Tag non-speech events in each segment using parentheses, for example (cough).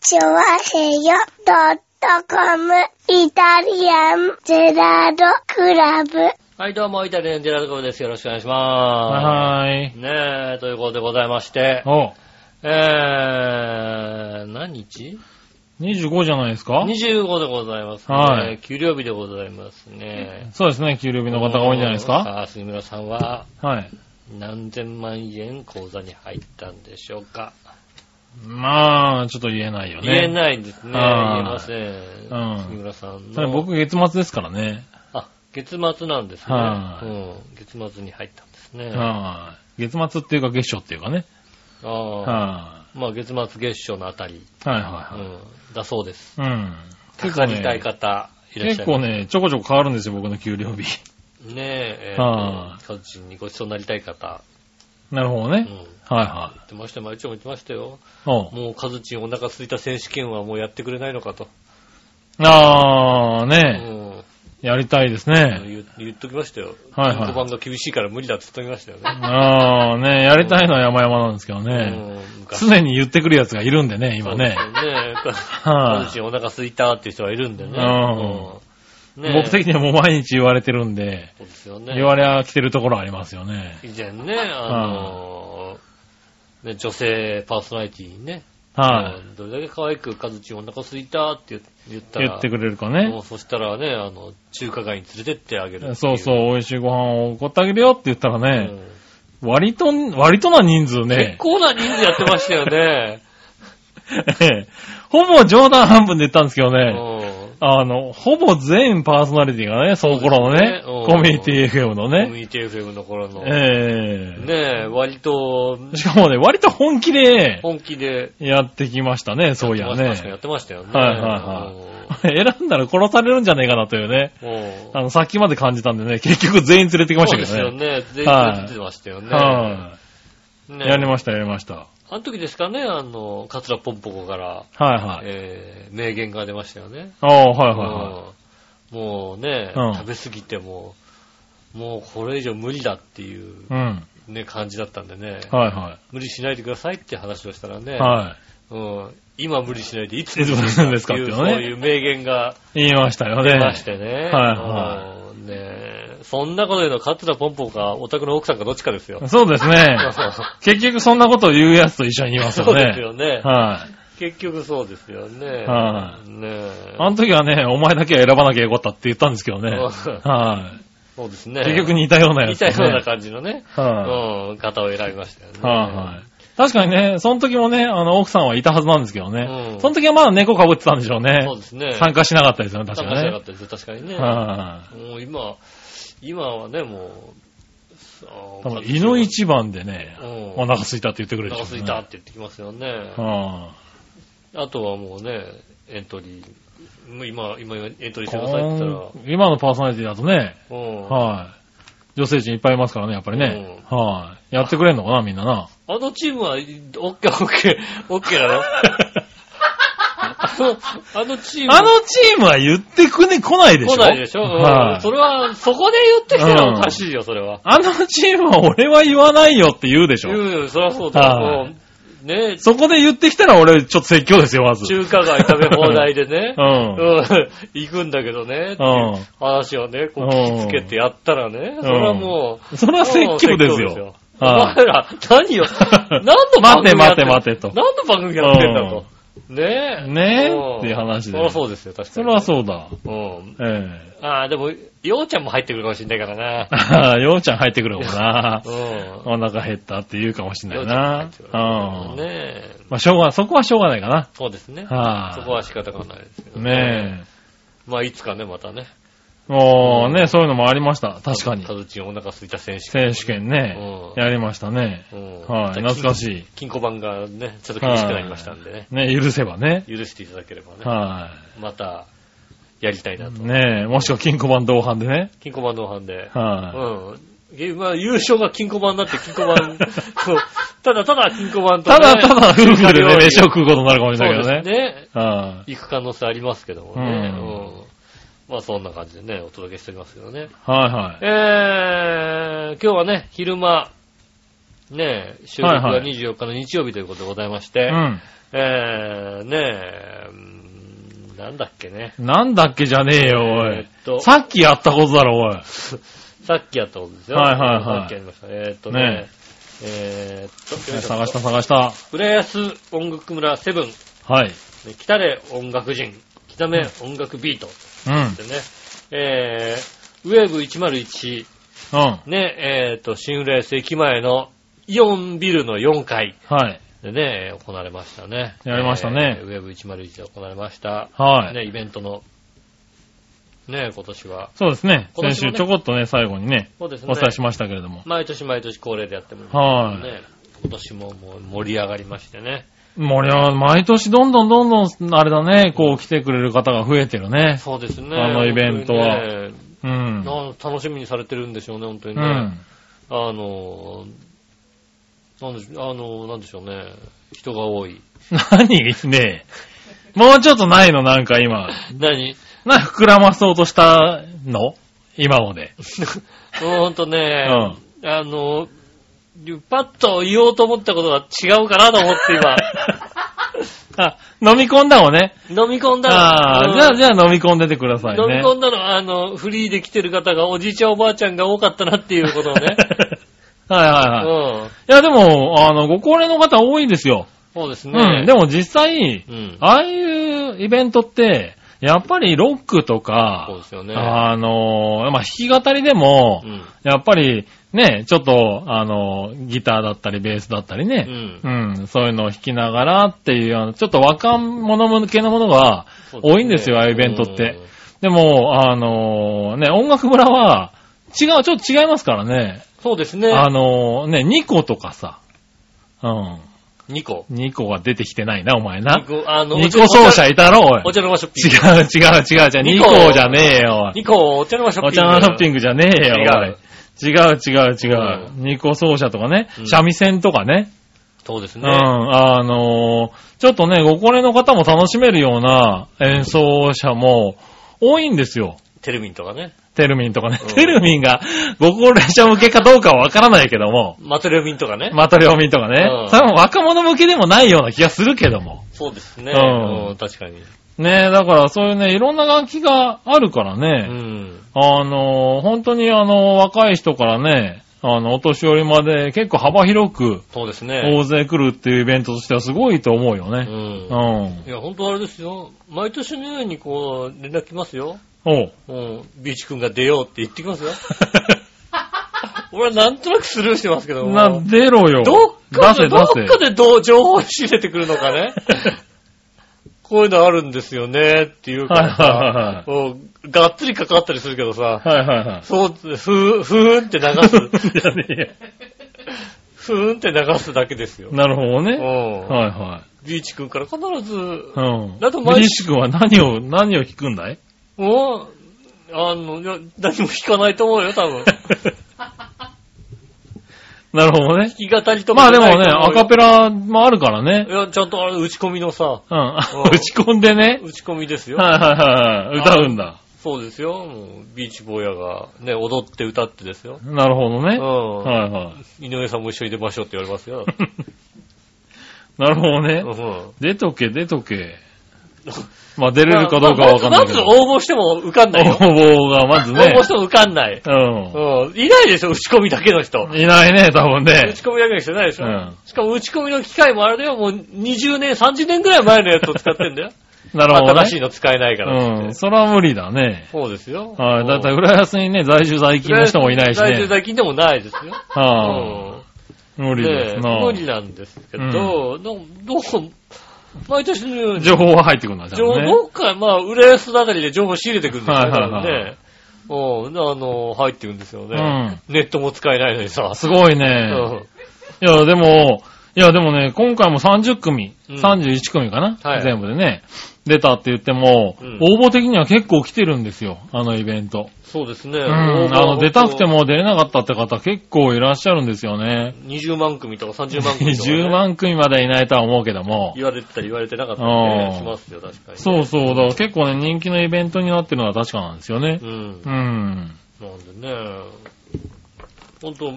チョワヘヨドットコムイタリアンゼラードクラブ。はい、どうも、イタリアンジェラートコムです。よろしくお願いしまはーす。い。ねえ、ということでございまして、おうえー、何日25じゃないですか ?25 でございますね。はい給料日でございますね。そうですね、給料日の方が多いんじゃないですかさあ、杉村さんははい。何千万円口座に入ったんでしょうか。まあ、ちょっと言えないよね。言えないですね。言えはいません。うん杉村さんそれの。僕月末ですからね。あ、月末なんですね。はいうん、月末に入ったんですね。はい。月末っていうか月初っていうかね。ああはまあ、月末月初のあたり、い。はいうはん、だそうです。いはい。うん。か結か構りたいね、方、いらっしゃ結いま構す。ね、ちょこちょこ変わるんですよ、僕の給料日。 (laughs) ねえ、えはー、カズチンにご馳走になりたい方、なるほどうん。ね。言はいはい。ってましたよ、毎日も言ってましたよ。おうもうカズチンお腹空いた選手権はもうやってくれないのかと。あー、うね、ん。やりたいですね。言言っときましたよ。はいはいン番が厳しいから無理だって言っときましたよね。あー、ね、やりたいのは山々なんですけどね。うん、昔。常に言ってくるやつがいるんでね、今ね。そうですよね。はいカズチンお腹空いたっていう人がいるんでね。うんねえ僕的にはもう毎日言われてるんで、そうですよね。言われは来てるところありますよね。以前ね、あのーね、女性パーソナリティにね、はうんどれだけ可愛く、カズチンお腹すいたって言ったい。ら、言ってくれるかもねう。そしたらね、あの、中華街に連れてってあげるっていそうそうう、美味しいご飯を送ってあげるよって言ったらうね、ん割と、割とな人数結ね。構な人数やってましたよね。 (laughs) ほぼ冗談半分で言ったんですけどう (laughs) ね、んあの、ほぼ全パーソナリティがね、その頃のそうでね、すねうんコミュニティ FM のコミュね、ニティ FM の頃の。ええねえ、割と、しかもね、割と本気で本気で、やってきましたね、そういややってましたねや。ってましたよね。はいはいはい。 (laughs) 選んだら殺されるんじゃねえかなというね。うんうんあの、さっきまで感じたんでね、結局全員連れてきましそたうけでどすよね。ね。全員出てましたよね。はねい。やりました、やりました。はいあの時ですかね、あの、カツラポンポコから、はい。えー、名言が出ましたよね。ああ、はいはうんもうね、うん食べ過ぎてもう、もうこれ以上無理だっていういはい。うん。ね、感じだったんでね、はいは無理しないでくださいって話をしたらね、い。はうん、今無理しないでいつい。い無つ理もすなんですかるっってていいう、うそうね。いう名言が言いましたよ出ね。ましてね。はいはうんねえそんなこと言うのはカツラポンポンかお宅の奥さんかどっちかですよ。 (laughs) そうで (laughs) すね。そ結局そんなことを言うやつと一緒に言いますようですね。よね。はい。結局そうですよね。はねえあの時はね、お前だけは選ばなきゃよかったって言ったんですけどね。うんはい。 (laughs) そうですね。結局似たようなや似つたね。ような感じのね、はうん、方を選びましたよね。い。はいはい。確かにね、その時もね、あの、奥さんはいたはずなんですけどうねん。その時はまだ猫かぶってたんでしょうねそう。ですね。参加しなかったですよね、確参か加しなかねっ。たです、確かにね。はもう今、今はね、もう、あい。ー多分、胃の一番でね、うんお腹空いたって言ってくおれる腹でし空ょうね。いたって言ってきますよね。はあとはもうね、エントリー、もう今、今エントリーいしてくださいって言ったら、こん今のパーソナリティだとね、うん。はい。女性陣いっぱいいますからね、やっぱりね。はい。やってくれんのかな、みんなな。あのチームは、オッケーオッケー、オッケーな (laughs) のあの、あのチーム。あのチームは言ってくね、来ないでしょ来ないでしょ、うんはいそ。れは、そこで言ってきたらおかしいよ、それは。あのチームは俺は言わないよって言うでしうょ。ん、そりゃそうだ。はいもうね、そこで言ってきたら俺ちょっと説教ですよ、まず。中華街食べ放題でねう、。うんん、 (laughs) 行くんだけどね、っていううん話をね、こう聞きつけてやったらね、それはもう、それは説教ですうん説よ。おはい前ら、何 (laughs) よ、何の番組やってん待て待て待てと何の番組やってんだと。ねえ。ねえうんっていう話でそりゃそうですよ、確かそに。れはそうだ。うん。えああ、でも、ようちゃんも入ってくるかもしれないからえようちゃん入ってくるのかなな。。うん。お腹減ったって言うかもしんないよなうち。うゃんん。ねえ。まあ、しょうが、そこはしょうがないかな。そうですね。はいそこは仕方がないですけどねまあ、いつかね、またね。え。もうね、そういうのもありました。確かにカ。ズチンお腹空いた選手権。選手権ね、うんやりましたね。うんはい、懐かしい。金庫番がね、ちょっと厳しくなりましたんでね。ね、許せばね。許していただければね。はまた、やりたいなとい。。ねえ、もしくは金庫版同伴でね。金庫番同伴で。はうん。ゲームは優勝が金庫番だって、金庫 (laughs) 番、そう。ただただ金庫番い。とねただただ夫婦でね、飯をそう食うことになるかもしれないでけどすね。ね。は行く可能性ありますけどもね。ううん。まあ、そんな感じでね、お届けしておりますけどね。い。はいはい。えー、今日はね、昼間、ね、収録はいがはい24日の日曜日ということでございまして、うん。えー、ねえ、うんなんだっけね。なんだっけじゃねえよ、おえーっい。と、ささっきやったことだろ、おい。っきやったことですよ。はいはいはいさっきやりました。えーっとねね、えーっと、探した探した。浦安音楽村セブン、はい。北で音楽人、北目音楽ビートうん。でね、えー、ウェーブ101、うん。ね、えーっと、新浦安駅前のイオンビルの4階はい。でね、行われましたね。やりましたねえーウェーブ101で行われました。はい。ね、イベントの、ね、今年は。そうですね。今年先もね週ちょこっとね、最後にね、そうですねお。伝えしましたけれども。毎年毎年恒例でやってもはいね、今年ももう盛り上がりましてね。もうね、毎年どんどんどんどん、あれだね、こう来てくれる方が増えてるね。そうですね。あのイベントは本当にねうん。な楽しみにされてるんでしょうね、本当にうね。ん。 (laughs) あの、なんでしょう、あの、なんでしょうね。人が多い。何ねえ。もうちょっとないの、なんか今。何な、膨らまそうとしたの今まで。ほんとうね、ん。あの、パッと言おうと思ったことが違うかなと思って今、あ、飲み込んだのね。飲み込んだらあうあ、んじゃあ、じゃあ飲み込んでてくださいね。飲み込んだのは、あの、フリーで来てる方がおじいちゃんおばあちゃんが多かったなっていうことをね。はい (laughs) はういん。はい。いや、でも、あの、ご高齢の方多いんですよ。そうですね。うん。でも実際、うんああいうイベントって、やっぱりロックそとうかで、すよね。あの、まあ、弾き語りでもう、ん。やっぱり、ね、ちょっと、あの、ギターだったり、ベースだったりうね、んう。ん、そういうのを弾きながらっていうような、ちょっと若者向けのものがそうですね多いんですよ、ああいうイベントって。でも、あの、ね、音楽村は、違う、ちょっと違いますからね。そうですね。あの、ね、2個とかさ、うん、 2個。 2個が出てきてないな、お前な二。個、あの、 2個奏者おいたろ、おい茶。お茶の間ショッピン違グ。う違う違うじゃ2二個個じゃねえよ。 2個、お茶の間ショッピング。お茶のショッピンングじゃねえよ、おい。違う違う違う。う二個奏者とかねう、ん三味線とかね。そうですうん、ね。あのーちょっとね、ご高齢の方も楽しめるような演奏者も多いんですよ。テルミンとかね。テルミンとかねうん。テルミンがご高齢者向けかどうかはわからないけども、マトレミンとかね。マトリョミンとかうね。んそれも若者向けでもないような気がするけども。そうですね。うんうん確かに。ねえ、だからそういうね、いろんな楽器があるからうね。ん。あの、本当にあの、若い人からね、あの、お年寄りまで結構幅広くそうですね。大勢来るっていうイベントとしてはすごいと思うようね。んう。んい。や、本当あれですよ。毎年のようにこう、連絡来ますよ。(laughs) おう。うん。ビーチ君が出ようって言ってきますよ。俺はなんとなくスルーしてますけども。な、出ろよ。どっか出せで、出どっせ。かでどう情報を仕入れてくるのか (laughs) ね。こういうのあるんですよねっていうかはいはいはいはさ、いこうがっつりかかったりするけどさ、はいはい (laughs) はい。そう、ふー、ふーんって流 (laughs) す。じゃねえよふーんって流すだけですよ。なるほどうね。ん。はいはビーチ君から必ず、い。うん。だと毎ミシ君は何を、何を弾くんだい (laughs) もう、あの、いや何も弾かないと思うよ、多分。弾なるほどね。き語りとまかあじでゃもないと思うよ。ね、アカペラもあるからねい。や、ちゃんとあれ、打ち込みのさ、うん。うん打ち込んでね。打ち込みですよ。はいはいはいはい。歌うんだ。そうですよ。もう、ビーチ坊やが、ね、踊って歌ってですよ。なるほどうね。ん。はいはい。井上さんも一緒に出ましょうって言われますよ。なるほどねう。ん。出とけ、出とけ。まあ、出れるかどうかはわかんないまけど。ずまず応募しても受かんないよ。応募がまず応ね募し。ても受かんない。ううん。いないでしょ、打ち込みだけの人。ん。いないね、多分打ねち。込みだけの人いないでしょ。うんしかも打ち込みの機械もあれだよ、もう20年、30年ぐらい前のやつを使ってんだよ。なるほど新しいね。の使えないからって。うん。それは無理だね。そうですよ。はい。だいたい浦安にね、在住在勤の人もいないし在住ね。在勤でもないですよ。はあ。無理ですねな。無理なんですけど、うんどうどう毎年のように、情報は入ってくるんだ、じゃ情報あね。どっか、まあ、浦安のあたりで情報仕入れてくるんですよ、はいはいは多い分ね。うん、あの、入ってくるんですよね。ネットも使えないのにさ。すごいうね。んいや、でも、いや、でもね、今回も30組、うん31組かな、はい全部でね、出たって言っても、うん応募的には結構来てるんですよ、あのイベント。そうですね。うん、あの、出たくてもも出れなかったって方結構いらっしゃるんですよね。う。20万組とか30万組とか、 10万組まではいないとは思うけども。言われてたり言われてなかったりねあーしますよ、確かに。そうそう、だから結構ね、人気のイベントになってるのは確かなんですよねう。んう。ん。なんでね、ほんと、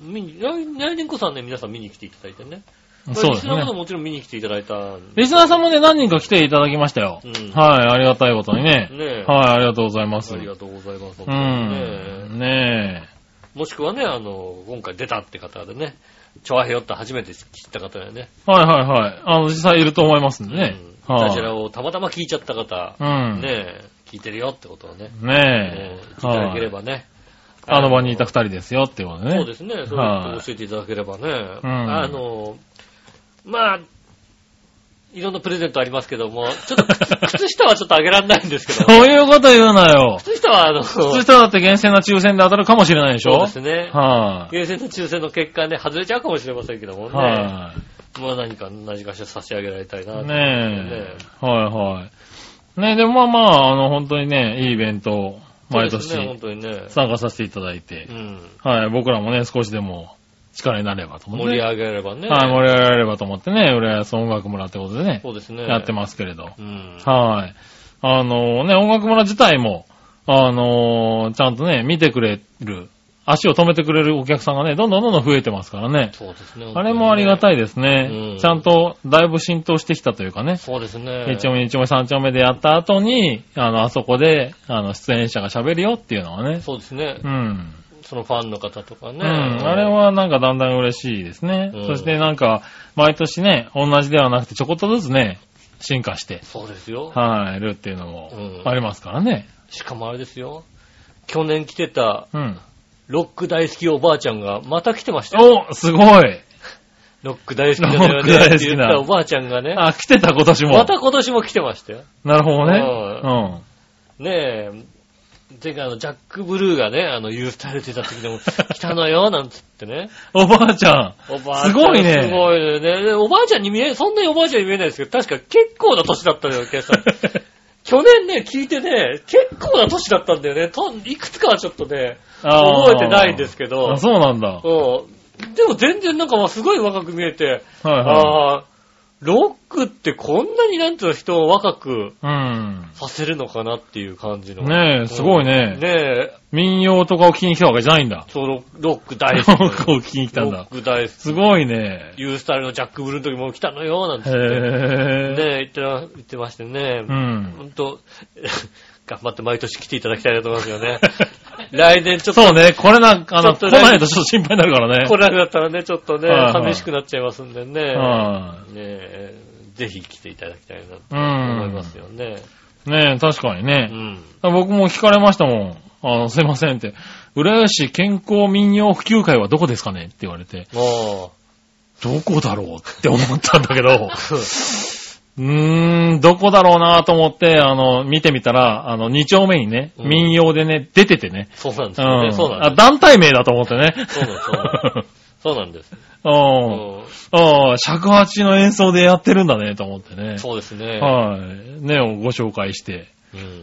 見に来来年こそはね、皆さん見に来ていただいてね。これそうリスですナーのね方。ももちろん見に来ていただいたんで。リスナーさんもね、何人か来ていただきましたよ。うんはい、ありがたいことにね。ねえ。はい、ありがとうございます。あうりがとうございます。ねん。ねもしくはね、あの、今回出たって方でね、チョアヘヨって初めて知った方やね。え。はいはいはい。あの、実際いると思いますんでね。うんはいこちらをたまたま聞いちゃった方、うねん。ねえ、聞いてるよってことをね、ええ。ーいただはけれいばね。あの場にいた二人ですよっていうことでね。そうですね。そうやって教えていただければね。んあの、まあ、いろんなプレゼントありますけども、ちょっと (laughs) 靴靴下はちょっとあげられないんですけど、そういうこと言うなよ。靴下はあの、普通人だって厳正な抽選で当たるかもしれないでしそうょですね。はい、厳選と抽選の結果ね、外れちゃうかもしれませんけどもね。はい、まあ何か、何かしら差し上げられたいなと思ってねえ。はいはい。ねえ、でもまあまあ、あの、本当にね、いいイベントを毎そうですね、年本当にね。参加させていただいてう、ん。はい、僕らもね、少しでも力になればと思って盛ね、り上げればね。はい、盛り上げられればと思ってね、浦安音楽村ってことでね、そうですね。やってますけれど。す。うん。はい。あのね、音楽村自体も、あのちゃんとね、見てくれる、足を止めてくれるお客さんがね、どんどんどんどん増えてますからね。そうですね。あれもありがたい。いですね。うんちゃんと、だいぶ浸透してきたというかね。そうですね。一丁目、二丁目、三丁目でやった後に、あの、あそこで、あの、出演者が喋るよっていうのはね。そうですねう。ん。そのファンの方とかね。うん。あれはなんかだんだん嬉しいですね。うんそしてなんか、毎年ね、同じではなくてちょこっとずつね、進化して、そうですよ。はい、るっていうのもうんありますからね。しかもあれですよ。去年来てた、うん。ロック大好きおばあちゃんが、また来てましたよ。おすごいロック大好きだよねって言ったおばあちゃんがね。あ、来てた今年も。また今年も来てましたよ。なるほどうね。ねえ、前回あの、ジャック・ブルーがね、あの、ユースタイル出た時 (laughs) でも、来たのよ、なんつってね。うん。おばあちゃ (laughs) ん。おばあちゃん。すごいねすごいね。でおばあちゃんに見え、そんなにおばあちゃんに見えないですけど、確か結構な年だったのよ、ケイさ (laughs) ん。去年ね、聞いてね、結構な年だったんだよね。といくつかはちょっとね、あー覚えてないんですけどあ、そうなんだ。はいうん。でも全然なんかまあすごい若く見えて、はああ、ロックってこんなになんていうの人を若くい。うん。させるのかなっていう感じの。ねえすごいねうんねえ、民謡とかを聞きに来たわけじゃないんだ。そう、ロックロック大好き。 (laughs) ロックを聞きに来たロんッだ。ク大好き。すごいね。ユースタイルのジャック・ブルーの時も来たのよ、なんへてね、ぇ言ってな、言ってましてね。ー。うほん。んと、 (laughs) 頑張って毎年来ていただきたいなと思いますよ (laughs) ね。来年ちょっとそうね、これなんか、あの、ちょ来っとねないとちょっと心配になるからね。来なくなったらね、ちょっとねはいは、い寂しくなっちゃいますんでね。はねえぜひ来ていただきたいなとうん思いますよね。ねえ、確かにうね。ん。僕も聞かれましたもん。あの、すいませんって。浦安市健康民謡普及会はどこですかねって言われて、もどこだろうって思ったんだけど、う、うーん、どこだろうなと思って、あの、見てみたら、あの、2丁目にね、うん民謡でね、出ててね。 (laughs) そうなんですうよん。ね。そうなんであ、す。団体名だと思ってね。そうなんですそうなんでそうなんです。 (laughs) うん。うんああ、尺八の演奏でやってるんだね、と思ってね。そうですね。はい。ね、ご紹介して、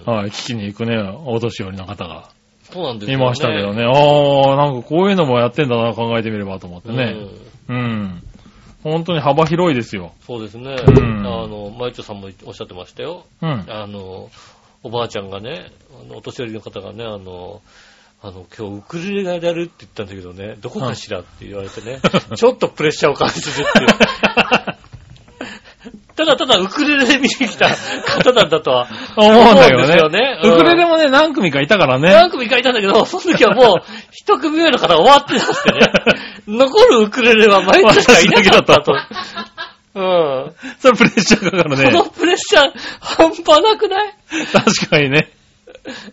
うんはい、聞きに行くね、お年寄りの方がそうなんですいよましたけどね。ああ、なんかこういうのもやってんだな、考えてみればと思ってうね。んうん。本当に幅広いですよ。そうですね。あうんの、まゆちょさんもおっしゃってましたよ。うん。あの、おばあちゃんがね、あのお年寄りの方がね、あの、あの、今日ウクレレがやるって言ったんだけどね、どこかしらって言われて (laughs) ね、ちょっとプレッシャーを感じるっていう。ただただウクレレで見てきた方なんだとは思うんだけど思うね。んですよね。ウクレレももね、何組かいたからね。何組かいたんだけど、その時はもう、一組目の方が終わってたんですよ (laughs) ね。残るウクレレは毎年しかいなかったと。うん。 (laughs) それプレッシャーかかるこのね。プレッシャー、半端なくない確かにね。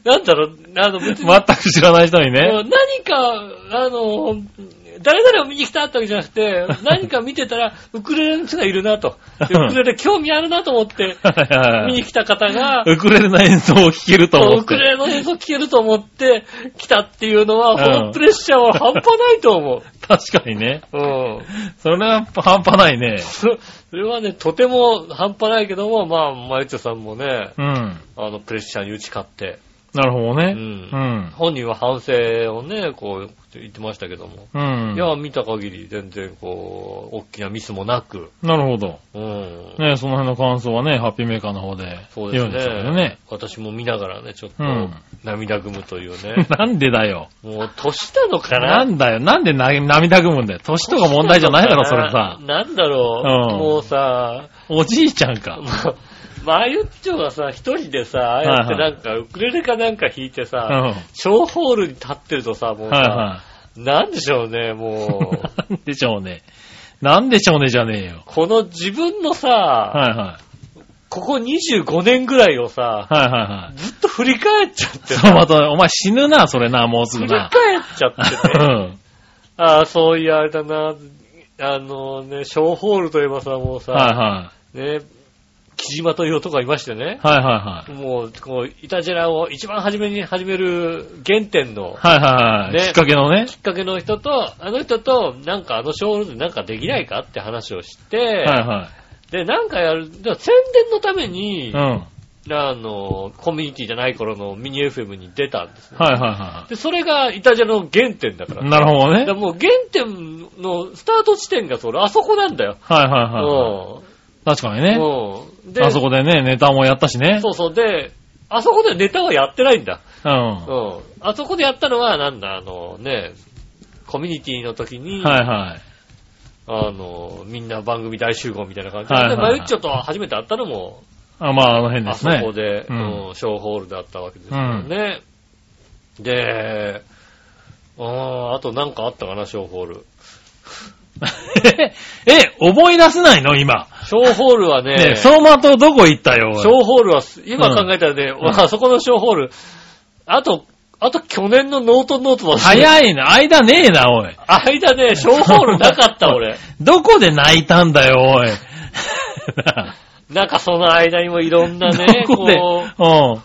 なんだろう、あの、別に、全く知らない人にね。何か、あの、誰々を見に来たってわけじゃなく (laughs) て、何か見てたら、ウクレレの人がいるなと。ウクレレ興味あるなと思って、はいはい見はにい来た方が、 (laughs) ウクレレの演奏を聴けるとウ思っクて。レレの演奏聞けると思って来たっていうのは、うんこのプレッシャーは半端ないと思う。確かにね。うん。それは半端ないね。そそれはね、とても半端ないけども、まあ、マユチョさんもね、うん。あの、プレッシャーに打ち勝って、なるほどう。ね。うんん。本人は反省をね、こう言ってましたけども。うん。いや、見た限り全然こう、大きなミスもなく、なるほど。うん。ねその辺の感想はね、ハッピーメーカーの方でそ言ううですんでしょうけどねね。。私も見ながらね、ちょっとうん。涙ぐむというね (laughs) なんでだよ。もう年なのかななんだよ。なんでな涙ぐむんだよ。歳とか問題じゃないだろ、それさ。なんだろう、うんもうさ、おじいちゃんか。まマユッチョがさ、一人でさ、ああやってなんか、ウクレレかなんか弾いてうさ、ん。小ホールに立ってるとさ、もうさ、はなんでしょうね、いも (laughs) う。はい。なんでしょうね。なんでしょうねじゃねえよ。この自分のさ、はいはここ25年ぐらいをさ、い。はいはいはい。ずっと振り返っちゃってそさう、また、お前死ぬな、それな、もうす振ぐり返っな。ちゃってうて、ん。ああ、そういや、あれだな、あのね、小ホールといえばさ、もうさ、はいはい。ね、木島という男がいましてね、はいはいはい。もう、こう、いたじらを一番初めに始める原点のはいはいはい。ねきっかけのね。きっかけの人と、あの人と、なんかあのショールームでなんかできないかって話をして、はいはで、なんかやる、でも宣伝のためい。にうん。、はいあの、コミュニティじゃない頃のミニ FM に出たんですね。はいはで、それがイタジェラの原点だかいら。はい。なるほどねだか。らもう原点のスタート地点がそれ、あそこなんだよ。はいはいはうい。確かにん。ね。うん。で、あそこでね、ネタもやったしね。そうそう。で、あそこでネタはやってないんだ。うん。はうん。あそこでやったのは、なんだ、あのね、コミュニティの時に、いはい。あの、みんな番組大集合みたいな感じで、はいはいはいでマユッチョと初めて会ったのも、あまあ、あの辺であすそね。こで、うんうんショーホールだったわけですよね。で、あーあとなんかあったかな、ショーホール。 (laughs) え、思い出せないの今。ショーホールはねね、え、相馬とどこ行ったよ。おいショーホールは、今考えたらね、うんあそこのショーホール、あと、あと去年のノートノートだし早いな、間ねえな、おい。間ね、ショーホールなかった、俺。どこで泣いたんだよ、おい。ななんかその間にもいろんな (laughs) ね、 (laughs) どこで、こ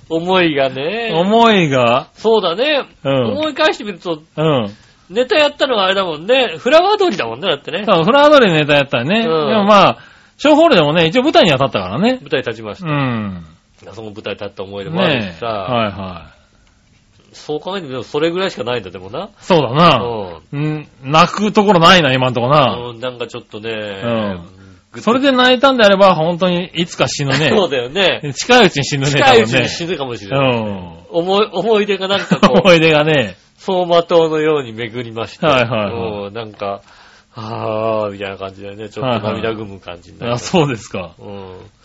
うう、思いがん。ね、思いが、そうだね、うん思い返してみると、うん。ネタやったのはあれだもんね、フラワー通りだもんね、だってね、そうフラワードリーネタやったらね。うんでもまあ、ショーホールでもね、一応舞台には立ったからね。舞台立ちましうた。ん。あそこ舞台立った思い出もあるねしえ。さ、はいはい。そう考えてみるとそれぐらいしかないんだ、でもな。そうだうな。ん。うん。泣くところないな、今んとこな。うん、なんかちょっとね、グッとそれで泣いたんであれば、本当にいつか死ぬね。そうだよね。近いうちに死ぬね、近いうちに死ぬ。ぬかもしれうない。ん。思い、思い出がなんかこう (laughs) 思、い出がね。相馬灯のように巡りまして、はいはいはうんなんか、はぁー、みたいな感じでね、ちょっと涙ぐむ感じになる、あ、そうですか。う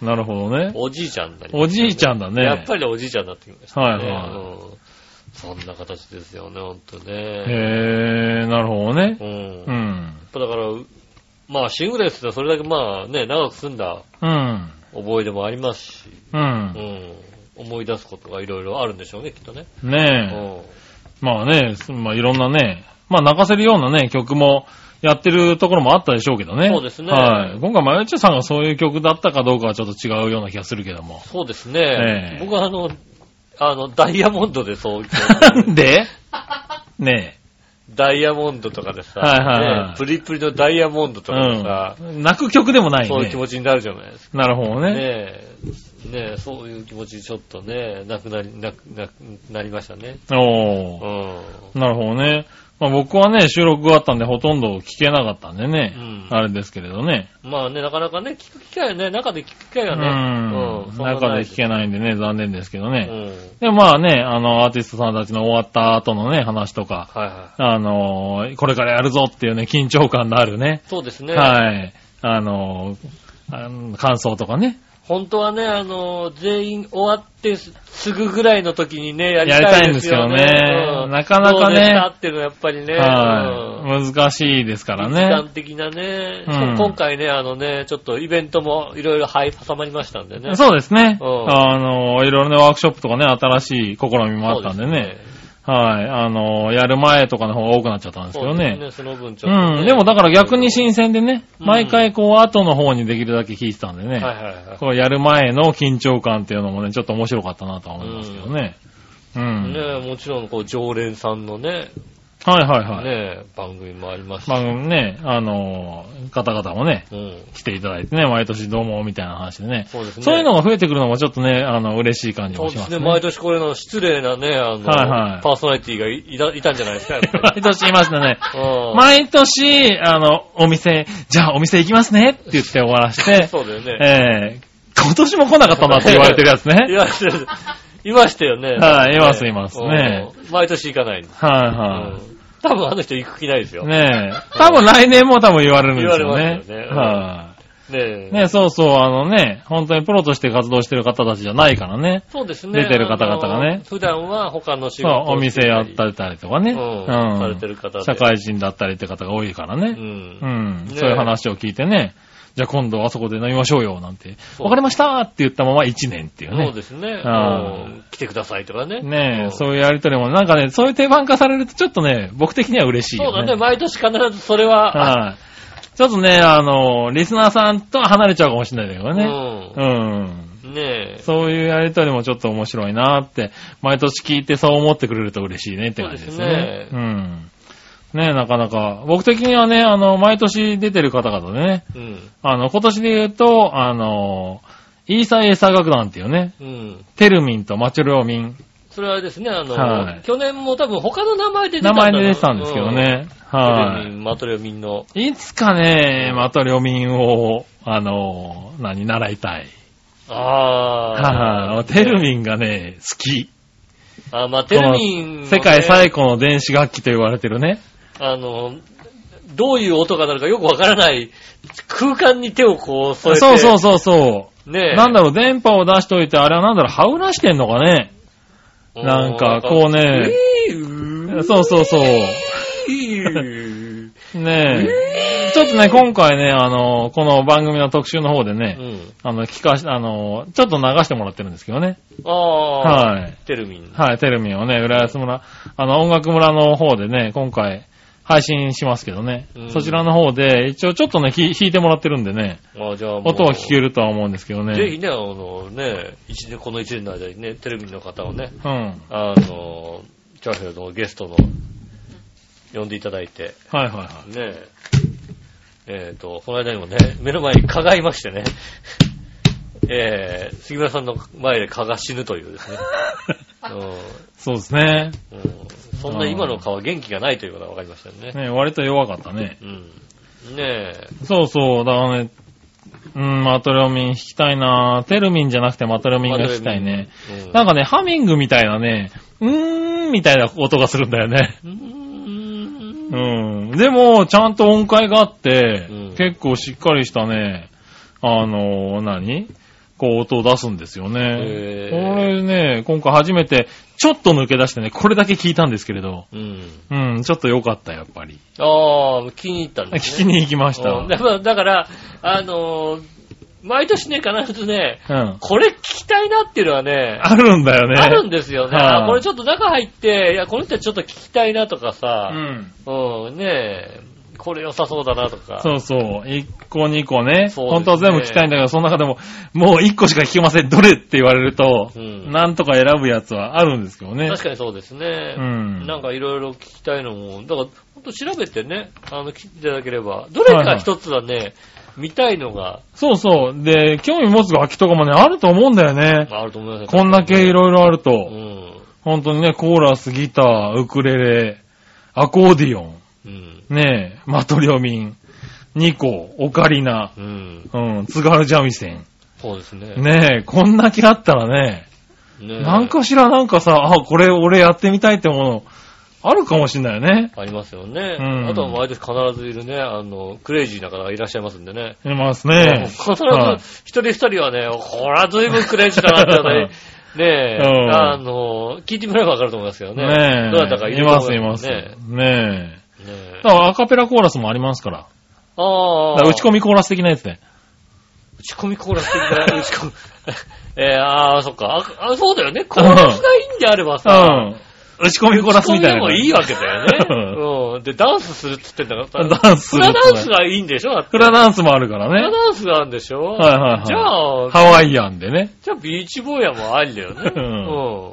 んなるほどね。おじいちゃんになりましたねおじいちゃんだね。やっぱりおじいちゃんになってきましたね。はいはうんそんな形ですよね、ほんとね。へー、なるほどね。うん。うやっん。ぱだから、うまあシングルレスではそれだけまあね、長く住んだうん。覚えでもありますし、う。うんん。思い出すことがいろいろあるんでしょうね、きっとね。うねん。え。まあね、すまあいろんなね、まあ泣かせるようなね、曲もやってるところもあったでしょうけどね。そうですね。はい。今回、まゆちさんがそういう曲だったかどうかはちょっと違うような気がするけどもそうですねえ。え僕はあの、あの、ダイヤモンドで (laughs) そう、なんでねダイヤモンドとかでさ、はいはいはいねプリプリのダイヤモンドえ。とうかでさ、ん。泣く曲でもないそういう気ね。持ちになるじゃないですか。なるほどね。ねえ、ねえ、そういう気持ちちょっとね、なくなり、なく、なくなりましたね。おうー。ん。なるほどね。まあ僕はね、収録があったんでほとんど聞けなかったんでね。うんあれですけれどね。まあね、なかなかね、聞く機会はね、中で聞く機会うがね、ん。うん中で聞けないんでね、残念ですけどないね。うん。でもまあね、あの、アーティストさんたちの終わった後のね、話とか、はいはあのーこれからやるぞっていうね、緊張感のあるねい。、そうですね。はい、あのーあの感想とかね、本当はね、あの、全員終わってすすぐぐらいの時にね、やりたい,、やりたいんですけどねうんなかなかどうねでしたっていうのはやっぱりね、うんはい、難しいですから時間ね。的なね、うんしかも今回ね、あのね、ちょっとイベントもいろいろはい挟まりましたんでね。そうですね。うんあのーいろいろね、ワークショップとかね、新しい試みもあったんでね。はい。あのーやる前とかの方が多くなっちゃったんですけそうどですね。そうです。ね、そねの分ちょっと、ね。うん。でもだから逆に新鮮でね、うん毎回こう後の方にできるだけ聞いてたんでね、はいはいはい。こうやる前の緊張感っていうのもね、ちょっと面白かったなとは思いますけどね。うん。ねもちろん、こう、常連さんのね、はいはいはい。ね、番組もありますし。番組ね、あのー方々もね、うん。来ていただいてね、毎年どうも、みたいな話でね。そうですね。そういうのが増えてくるのもちょっとね、あの、嬉しい感じそもうしでますね。すね。毎年これの失礼なね、あの、はいはいパーソナリティがいいたいたんじゃないですか、やっぱり (laughs) 毎年言いましたね。うん毎年、あの、お店、じゃあお店行きますねって言って終わらし (laughs) て、そうだよね。えー、今年も来なかったなって言われてるや (laughs) ついね。ましたよいましたよね。はいいますいますねうん。毎年行かないんです。はうん多分あの人行く気ないですいよ。はい。ねねえ。多分来年も多分言われるんですよ言われねますよね。うんはえい。ねそうそう、あのね、本当にプロとして活動してる方たちじゃないからね。そうですね。出てる方々がねあの普段は他の仕そう事、お店やったり。りたりとかね。ううんん。されてる方で社会人だったりって方が多いからうね。んう。ん。ねそういう話を聞いてね。じゃあ今度あそこで飲みましょうよ、なんて。そうわかりましたって言ったまま1年っていうそうね。ですね。うあーん来てくださいとか (laughs) ね。ねえ、うんそういうやりとりも、なんかね、そういう定番化されるとちょっとね、僕的には嬉しいそうよだね。ね。毎年必ずそれは、あはい。ちょっとね、あの、リスナーさんとは離れちゃうかもしれないけどね。うん。うん。ねえ。そういうやりとりもちょっと面白いなって、毎年聞いてそう思ってくれると嬉しいねって感じですね。そううん。ねえ、なかなか。僕的にはね、あの、毎年出てる方々でね、うん。あの、今年で言うと、あの、イーサイエサ楽団っていうね、うん。テルミンとマチュルオミン、それはですね、あの、はい去年も多分他の名前で出た名んだろう前で出てたんですけど。ね。うんはテレい。ビマトリョミンの。いつかね、マトリョミンを、あの、何、習いたい。あはあ。いテルミンがね、好き。あまあ、テルミン、この世界最高。古の電子楽器と言われてるね。あの、どういう音が鳴るかよくわからない空間に手をこうそ添うえて。そうそうそう。ねえ。なんだろう、電波を出しといて、あれはなんだろう、ハウらしてんのかね。うんなんかこうねウィーウーそうそうそう。ウィーウねえ。ちょっとね、今回ね、あの、この番組の特集の方でーうね、ん。あの、聞かし、あの、ちょっと流してもらってるんですけどね。ああ。はい。テルミン。はい、テルミンをね、浦安村、あの、音楽村の方でね、今回、配信しますけどね、うんそちらの方で、一応ちょっとね、ひ弾いてもらってるんでね、あじゃあもう音は聞けるとは思うんですけどね。ぜひね、あのね、一年、この一年の間にね、テレビの方をね、うん。あの、チャーフェルのゲストの、呼んでいただいて、はいはいはね、えっ、と、この間にもね、目の前に蚊がいましてね、えー、杉村さんの前で蚊が死ぬという (laughs) ですね。い。そうですね。うんうん、そんな今の蚊は元気がないということが分かりましたよね。ね、割と弱かったね。うん。ねえ、そうそう、だからね、うん、マトリョミン弾きたいなテルミンじゃなくてマトリョミンが弾きたいね。うん。なんかね、ハミングみたいなね、うーん、みたいな音がするんだよね。うーんうん。でも、ちゃんと音階があって、うん結構しっかりしたね、あの何こう音を出すんですよねへ。ーこれね、今回初めて、ちょっと抜け出してね、これだけ聞いたんですけれど、うん。うん、ちょっと良かった、やっぱり。ああ、気に入ったんです、ね。聞きに行きました。ううんん。だから、だからあのー毎年ね、必ずね、これ聞きたいなっていうのはね、あるんだよね。あるんですよね。はいあこれちょっと中入って、いや、この人ちょっと聞きたいなとかうさ、ん。うん、ねえ、これ良さそうだなとか。そうそう。一個二個そね。うですね本当は全部聞きたいんだけど、その中でも、もう一個しか聞けません。どれって言われると、うんなんとか選ぶやつはあるんですけどね。確かにそうですね。うんなんかいろいろ聞きたいのも、だから、ほんと調べてね、あの、聞いていただければ、どれか一つはね、見たいのが、そうそう。で、興味持つ楽器とかもね、あると思うんだよね。まあ、あると思いますよこんだけいろいろあうると。ん。本当にね、コーラス、ギター、ウクレレ、アコーディオン、うん。ねえ、マトリョミン、ニコ、オカリナ、うん。うん、津軽三味線。そうですね。ねえ、こんだけあったらね、ねえなんかしらなんかさ、あ、これ俺やってみたいってもの、あるかもしんないよね。ありますよね。うんあとは毎年必ずいるね、あの、クレイジーな方がいらっしゃいますんでね。いますね。必ずはい、一人一人はね、ほら、ずいぶんクレイジーだなって (laughs) ね、ねえ、うんあの、聞いてみればわかると思いますよね。ねえ。どなたかいいると思ます、います。ねねえ。え。ねえだからアカペラコーラスもありますから。あだあ。から打ち込みコーラス的なやつで。打ち込みコーラス的な、 (laughs) 打ち込み。 (laughs) えー、ああ、そっか。あ、あそうだよね。コーラスがいいんであればうさ、ん。打ち込みコーラ打スち込みみたいでな。もいいわけだよね。うん。で、ダンスするって言ってんだからさ。ダンスすフるっラてねダンスがいいんでしょだってフラダンスもあるからフラね。ダンスがあるんでしょはいはいはいじゃあ、ハワイアンでね。じゃあビーチボーイヤーもありだよね。うんう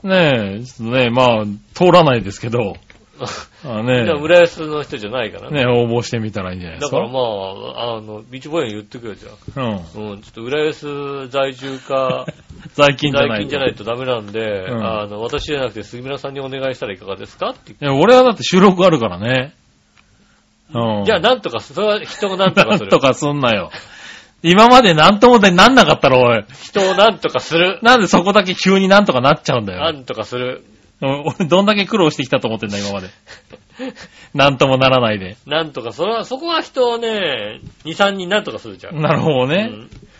ねえ、ちょっとね、まあ、通らないですけど、ん。あじゃあ、ね浦安の人じゃないからね。ね、応募してみたらいいんじゃないでだすかか。らまあ、あの、ビーチボーイに言ってくれじゃん。うん。うん、ちょっと浦安在住か、在勤じゃ (laughs) ない。在勤じゃないとダメなんで、うんあの、私じゃなくて杉村さんにお願いしたらいかがですかって。いや、俺はだって収録あるからね。うん。じゃあ、なんとか、それは人をなんとなかんすると。かすんなよ。今までなんともでなんなかったろ、おい。人をなんとかする。 (laughs) なんでそこだけ急になんとかなっちゃうんだなよ。んとかする。うん俺、どんだけ苦労してきたと思ってんだ、今ま (laughs) で。なんともならないで。なんとか、それは、そこは人をね、2、3人なんとかするじゃん。なるほどね。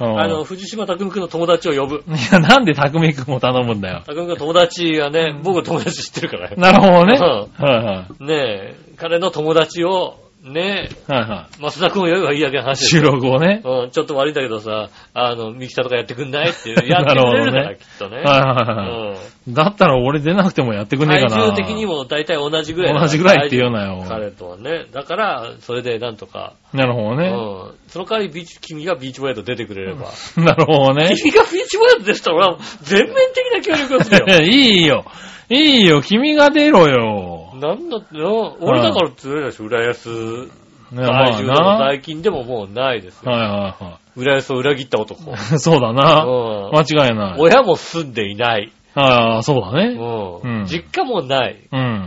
うんあの、藤島匠君の友達を呼ぶ。 (laughs) いや、なんで匠くんも頼むんだよ。匠君の友達がね、僕の友達知ってるからね。なるほどね。うんはいはい。ねえ、彼の友達を、ねはいはえ、増田君を呼べばいいだけのい。話です収よ録をね。うん、ちょっと悪いんだけどさ、あの、ミキサーとかやってくんないっていう。やってくれるから、なるきっとね。はいはいはいはい。だったら俺出なくてもやってうくん。んねえ体かな。重的にも大体同じぐらいだから。同じぐらいって言うなよ彼とはね。だから、それでなんとか。なるほどうね。ん。その代わりビーチ、君がビーチボーイと出てくれれば。なるほどね。君がビーチボーイと出てたら俺は全面的な協力をするよ。いいよ。 (laughs) いいよ。君が出ろよ。なんだってよ、俺だから釣れないし、浦安、ね大まあ重でもな。大金でももうないですよ。はいはいは浦安を裏切った男。い。 (laughs) そうだな。う。間違いなんい。親も住んでいない。ああ、そうだね。う。うんん実家もない。うう。んん。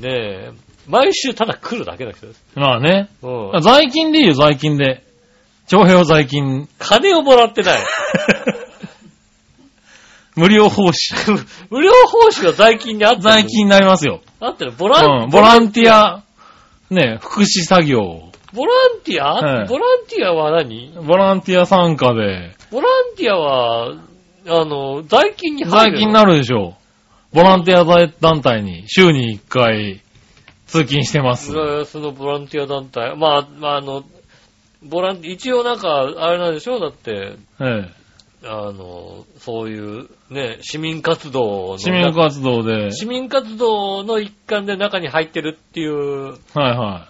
ねえ。毎週ただ来るだけの人です。まあね。うん。在勤でいいよ、在勤で。徴兵 (laughs) 在勤。金をもらって (laughs) ない。無料 (laughs) 奉仕。無料報酬が在勤にあってる。在勤になりますよ。あってる。ボラン、うん。ボランティア、ね、福祉作業を。ボランティア、はいボランティアは何ボランティア参加で、ボランティアは、あの、在勤に入在る。勤になるでしょう。ボランティア団体に週に1回通勤してます。浦安のボランティア団体。まあ、まあ、あの、ボランティア、一応なんか、あれなんでしょうだって、ええあの、そういう、ね、市民活動の。市民活動で、市民活動の一環で中に入ってるっていう、はいは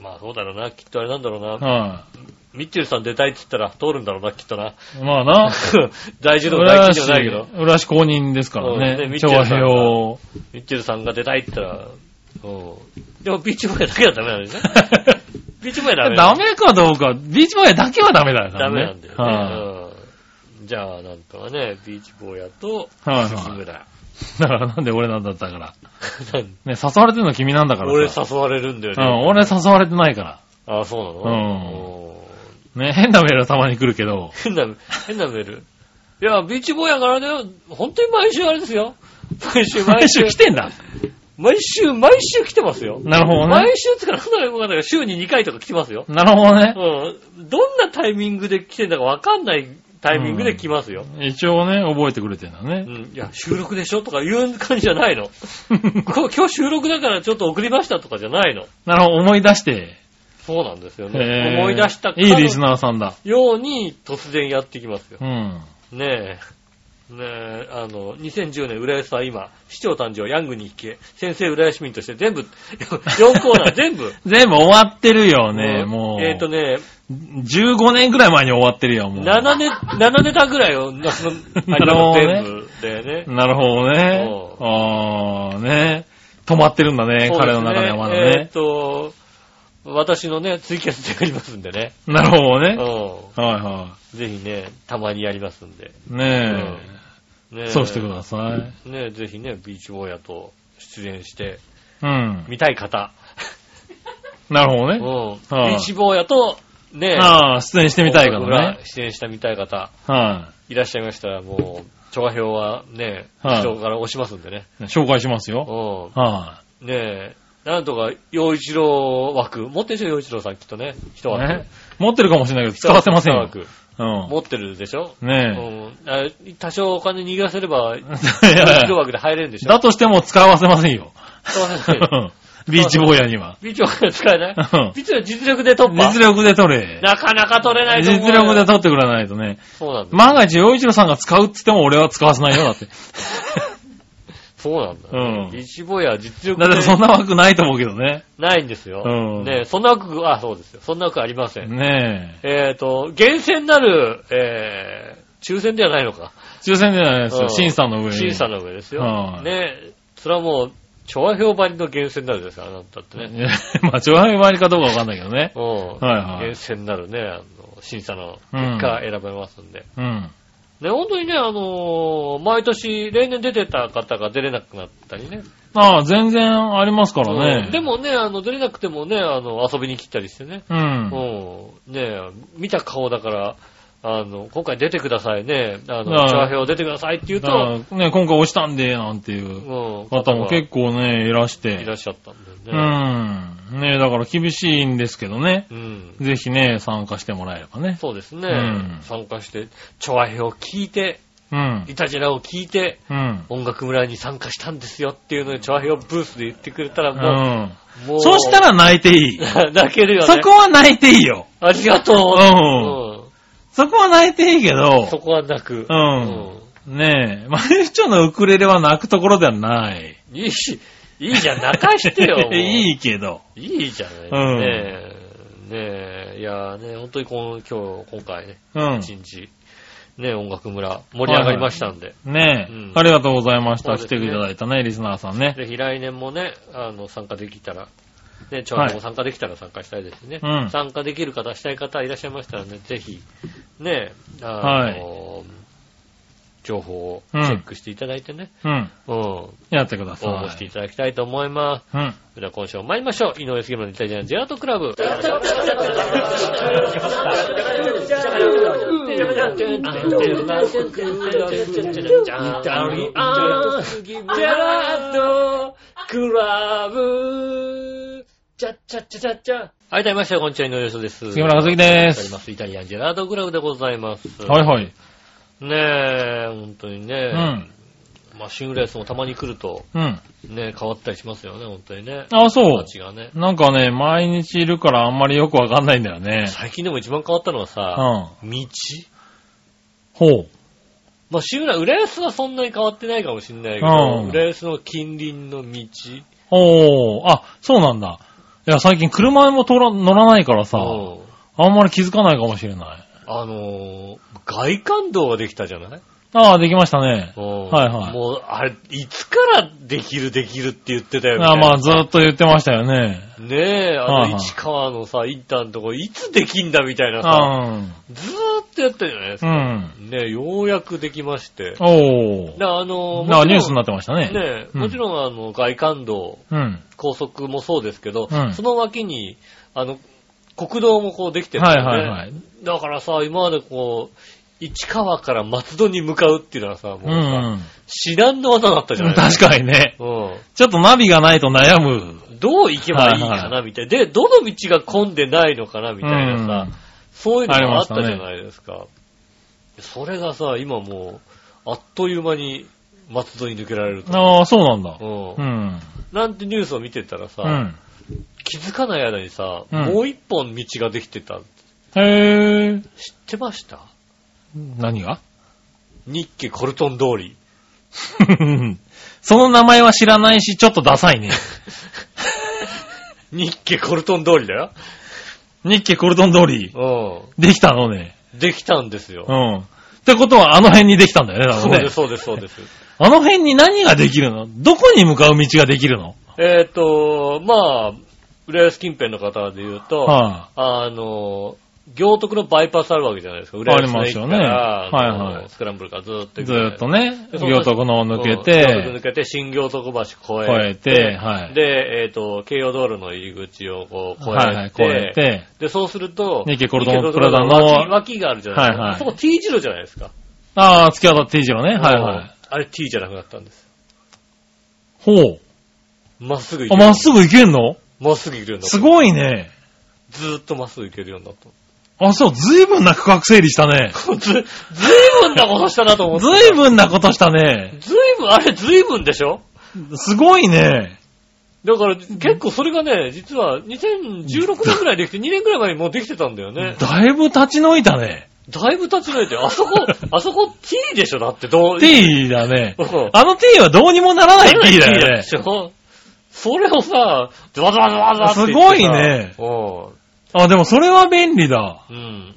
まあそうだろうな、きっとあれなんだろうい。な。はミッチェルさん出たいって言ったら通るんだろうな、きっとな。 (laughs) い。まあな、大事でも浦大安事でもないけど。市浦安公認ですからうんねね。長平を。ミッチェルさんが出たいって言ったら、うん。でもビーチボーイだけはダメなんですね。ビーチボーイはダメダメかどうか、ビーチボーイだけは (laughs) ダメだよ、ダメなんだよね。はいうんじゃあ、なんとかね、ビーチボーヤと、はいはい杉村。 (laughs) だからなんで俺なんだったから。なんね、誘われてるの君なんだからさ。俺誘われるんだようん、ね。俺誘われてないかああ、そうなのうんら。ね、変なメールはたまに来るけど。変な、変なメール。いや、ビーチボーイやからだよ。本当に毎週あれですよ。毎週、 (laughs) 毎毎週週来。てんだ。毎週、毎週来てますよ。なるほどね毎。週つから、なんだかわかんないけど週に2回とか来てますよ。なるほどね。うん。どんなタイミングで来てんだかわかんないタイミングで来ますよ。一応ね、覚えてくれてんだうね。 (laughs) ん。いや、収録でしょとか言う感じじゃないの。こ今日収録だからちょっと送りましたとかじゃないの。なるほど、思い出して。そうなんですよへね。ー思い出したかいいリスナーさんだ。ように突然やってきますよう。ん。ねえ。ねえ、あの、2010年、浦安は今、市長誕生、ヤングに引け、先生浦安市民として全部、4コーナー全部。全部終わってるよね、もう。えっ、とね、 15年くらい前に終わってるよ、もう。 7ネ、7ネタぐらいを、 (laughs) なその、なるほどね全部だよね。なるほどねそ。うあー、ね。止まってるんだね、彼の中ではまそだうですえっ、ね。と、私のね、ツイキャスでやりますんでね。なるほどね。うはいはん。ぜひね、たまにやりますんで。い。ねねえ。えそうしてください。ねえ、ぜひね、ビーチボーヤと出演して、うん。見たい方。なるほどうん。ね。はいビーチボーヤと、ねえ、ああ、出演してみたいから僕がね。出演したみたい方、はいらっしゃいましたら、もう、調和表はね、はい人から押しますんでね。い。紹介しますよ。うはん。ねえ、なんとか、洋一郎枠、持ってるでしょ、洋一郎さんきっとね。一い。枠。ね持ってるかもしれないけど、使わせません一よ。枠。う持ってるでしょ、うん。ねん、あ多少お金逃がせれば、え。 (laughs) いやい洋一郎や枠で入れるんでしょだとしても使わせませんよ。使わせない (laughs) ビーチ坊やには。ビーチボーヤ使えないうんビーチボーヤ実力で突破実力で取れ。なかなか取れないと思う実よ。力で取ってくれないとね。そうなんだ。万が一、洋一郎さんが使うって言っても俺は使わせないよ、(laughs) だって。そうなんだ。うんビーチボーイは実力だってそんでな枠ないと思うけどね。ないんですよ。うんねそんな枠、あ、そうですよ。そんな枠ありません。ねえ。えっ、と、厳選なる、えー、抽選ではないのか。抽選じゃないですうんよ。審査の上に。審査の上ですよ。はいねそれはもう、調和表ばりの厳選になるですから、あなたってね。ね (laughs) まあ、調和表りかどうかわかんないけどね。うん。はいはい厳選になるね、あの、審査の結果選べますんで。うん。ね、本当にね、あのー毎年、例年出てた方が出れなくなったりね。ああ、全然ありますからうね。んで、もね、あの、出れなくてもね、あの、遊びに来たりしてね。うん。うん。ね見た顔だから、あの、今回出てくださいね。あの、ああチャー表出てくださいって言うだと、からね、今回押したんで、なんていううん。方も結構ね、いらしいらて。っしゃったんうだよね。ん。ねだから厳しいんですけどね。うん。ぜひね、参加してもらえればね。そうですね。うん参加して、調和表を聞いて、うん。イタジェラを聞いて、うん。音楽村に参加したんですよっていうのを調和表ブースで言ってくれたらうもん。う、もう。そしたら泣いていい。 (laughs) 泣けるよね。そこは泣いていいよ。ありがとう。うんそこは泣いていいうけんそど、こは泣く。うんねえ、マユチョのウクレレは泣くところではない。うんいいし、いいじゃん、泣かして (laughs) よ。もういいけど。いいじゃない。うんねえ。ねえ、いやーね、本当にこの今日、今回ね、うん。一日、ね、音楽村、盛り上がりましたんで、ねえ、うんありがとうございました。そう来ですてねいただいたね、リスナーさんね。ぜひ来年もね、あの、参加できたら、ね、ちょうど参加できたら参加したいですしね、うん参加できる方、したい方いらっしゃいましたらね、ぜひ、ね、あの、情報をチェックしていただいてね、うん。うん、やってください。応募していただきたいと思います。うん。それでは今週も参りましょう。井上杉村のイタリアンジェラートクラブ。はい、どうもみなさん、こんにちは、井上杉です。杉村和樹でありすま。す。イタリアンジェラートクラブでございます。はいはい。ねえ、本当にうね。ん。まあ、シングレースもたまに来ると、うん。ね、変わったりしますよね、本当にね。あ、そう。街がね。なんかね、毎日いるからあんまりよくわかんないんだよね。最近でも一番変わったのはうん。さ、ほ道う。まあ、渋谷、浦安はそんなに変わってないかもしれないけどう、ん浦安の近隣の道おー。あ、そうなんだ。いや、最近車も通ら乗らないからさ、うんあんまり気づかないかもしれない。あのー、外環道ができたじゃないああ、できましたね。ははいはいもう、あれ、いつからできるできるって言ってたよね。あまあ、ずっと言ってましたよね。ねえ、あはいのはい市川のさ、インターのとこ、いつできんだみたいなさ、うん。ずーっとやったじゃないですうか。ん。ねえ、ようやくできまして。おー。だからあのー、なニュースにななってましたね。ねえ、もちろんあの、外環道、ん。うん。高速もそうですけど、うんその脇に、あの、国道もこうできてるんはだいよね。はいはい。だからさ、今までこう、市川から松戸に向かうっていうのはさ、もううさ、ん。至難の技だったじゃない確かにね。うん。ちょっとナビがないと悩む。どう行けばいいはかいはな、みたいな。で、どの道が混んでないのかな、みたいなさ、うんそういうのがあったありましたじねゃないですか。それがさ、今もう、あっという間に松戸に抜けられると。ああ、そうなんだ。うんうん。なんてニュースを見てたらさ、うん。気づかない間にさ、うんもう一本道ができてた。へえ。知ってました何が (laughs) 日記コルトン通り。その名前は知らないし、ちょっとダサ (laughs) いね。日記コルトン通りだよ。日記コルトン通り、うできたのね。ん。できたんですよう。ん。ってことは、あの辺にできたんだよね、多そう分でねす、。そうです、そうです。 (laughs) あの辺に何ができるのどこに向かう道ができるのえっと、まあ、浦安近辺の方で言うと、はあの、行徳のバイパスあるわけじゃないですか。浦安の駅から、ありますよねあのはいはいスクランブルからずーっと行いくじずゃないーっとね、でその行徳のを抜けうん行徳抜て、けて、新行徳橋越え越えて、はい。で、えっ、と、京葉道路の入り口をこう越えて、はいはい、越えて、で、そうすると、日経コルト池ンプラザの脇脇があるじゃないですか。はいはいそこ T 字路じゃないですか。ああ、突き当たっていいじゃんね。はいはい。あれ T じゃなくなったんです。ほう。まっすぐ行あ、けるまっすぐ行けんのまっすぐ行けるようになった。すごいね。ずーっとまっすぐ行けるようになった。あ、そう、ずいぶんな区画整理したね。ず、ずいぶんなことしたなと思って。ずいぶんなことしたね。ずいぶん、あれずいぶんでしょすごいね。だから結構それがね、実は2016年くらいできて、2年くらい前にもうできてたんだよね。だいぶ立ち退い (laughs) たね。だいぶ立ち退いて、あそこ、あそこ T でしょだってどう。 T だね。うんあの T はどうにもならない T だよねで。しょそれをさ、ズワズワズワズワって言ってさ。すごいねうあ、でもそれは便利だ。ん。うん。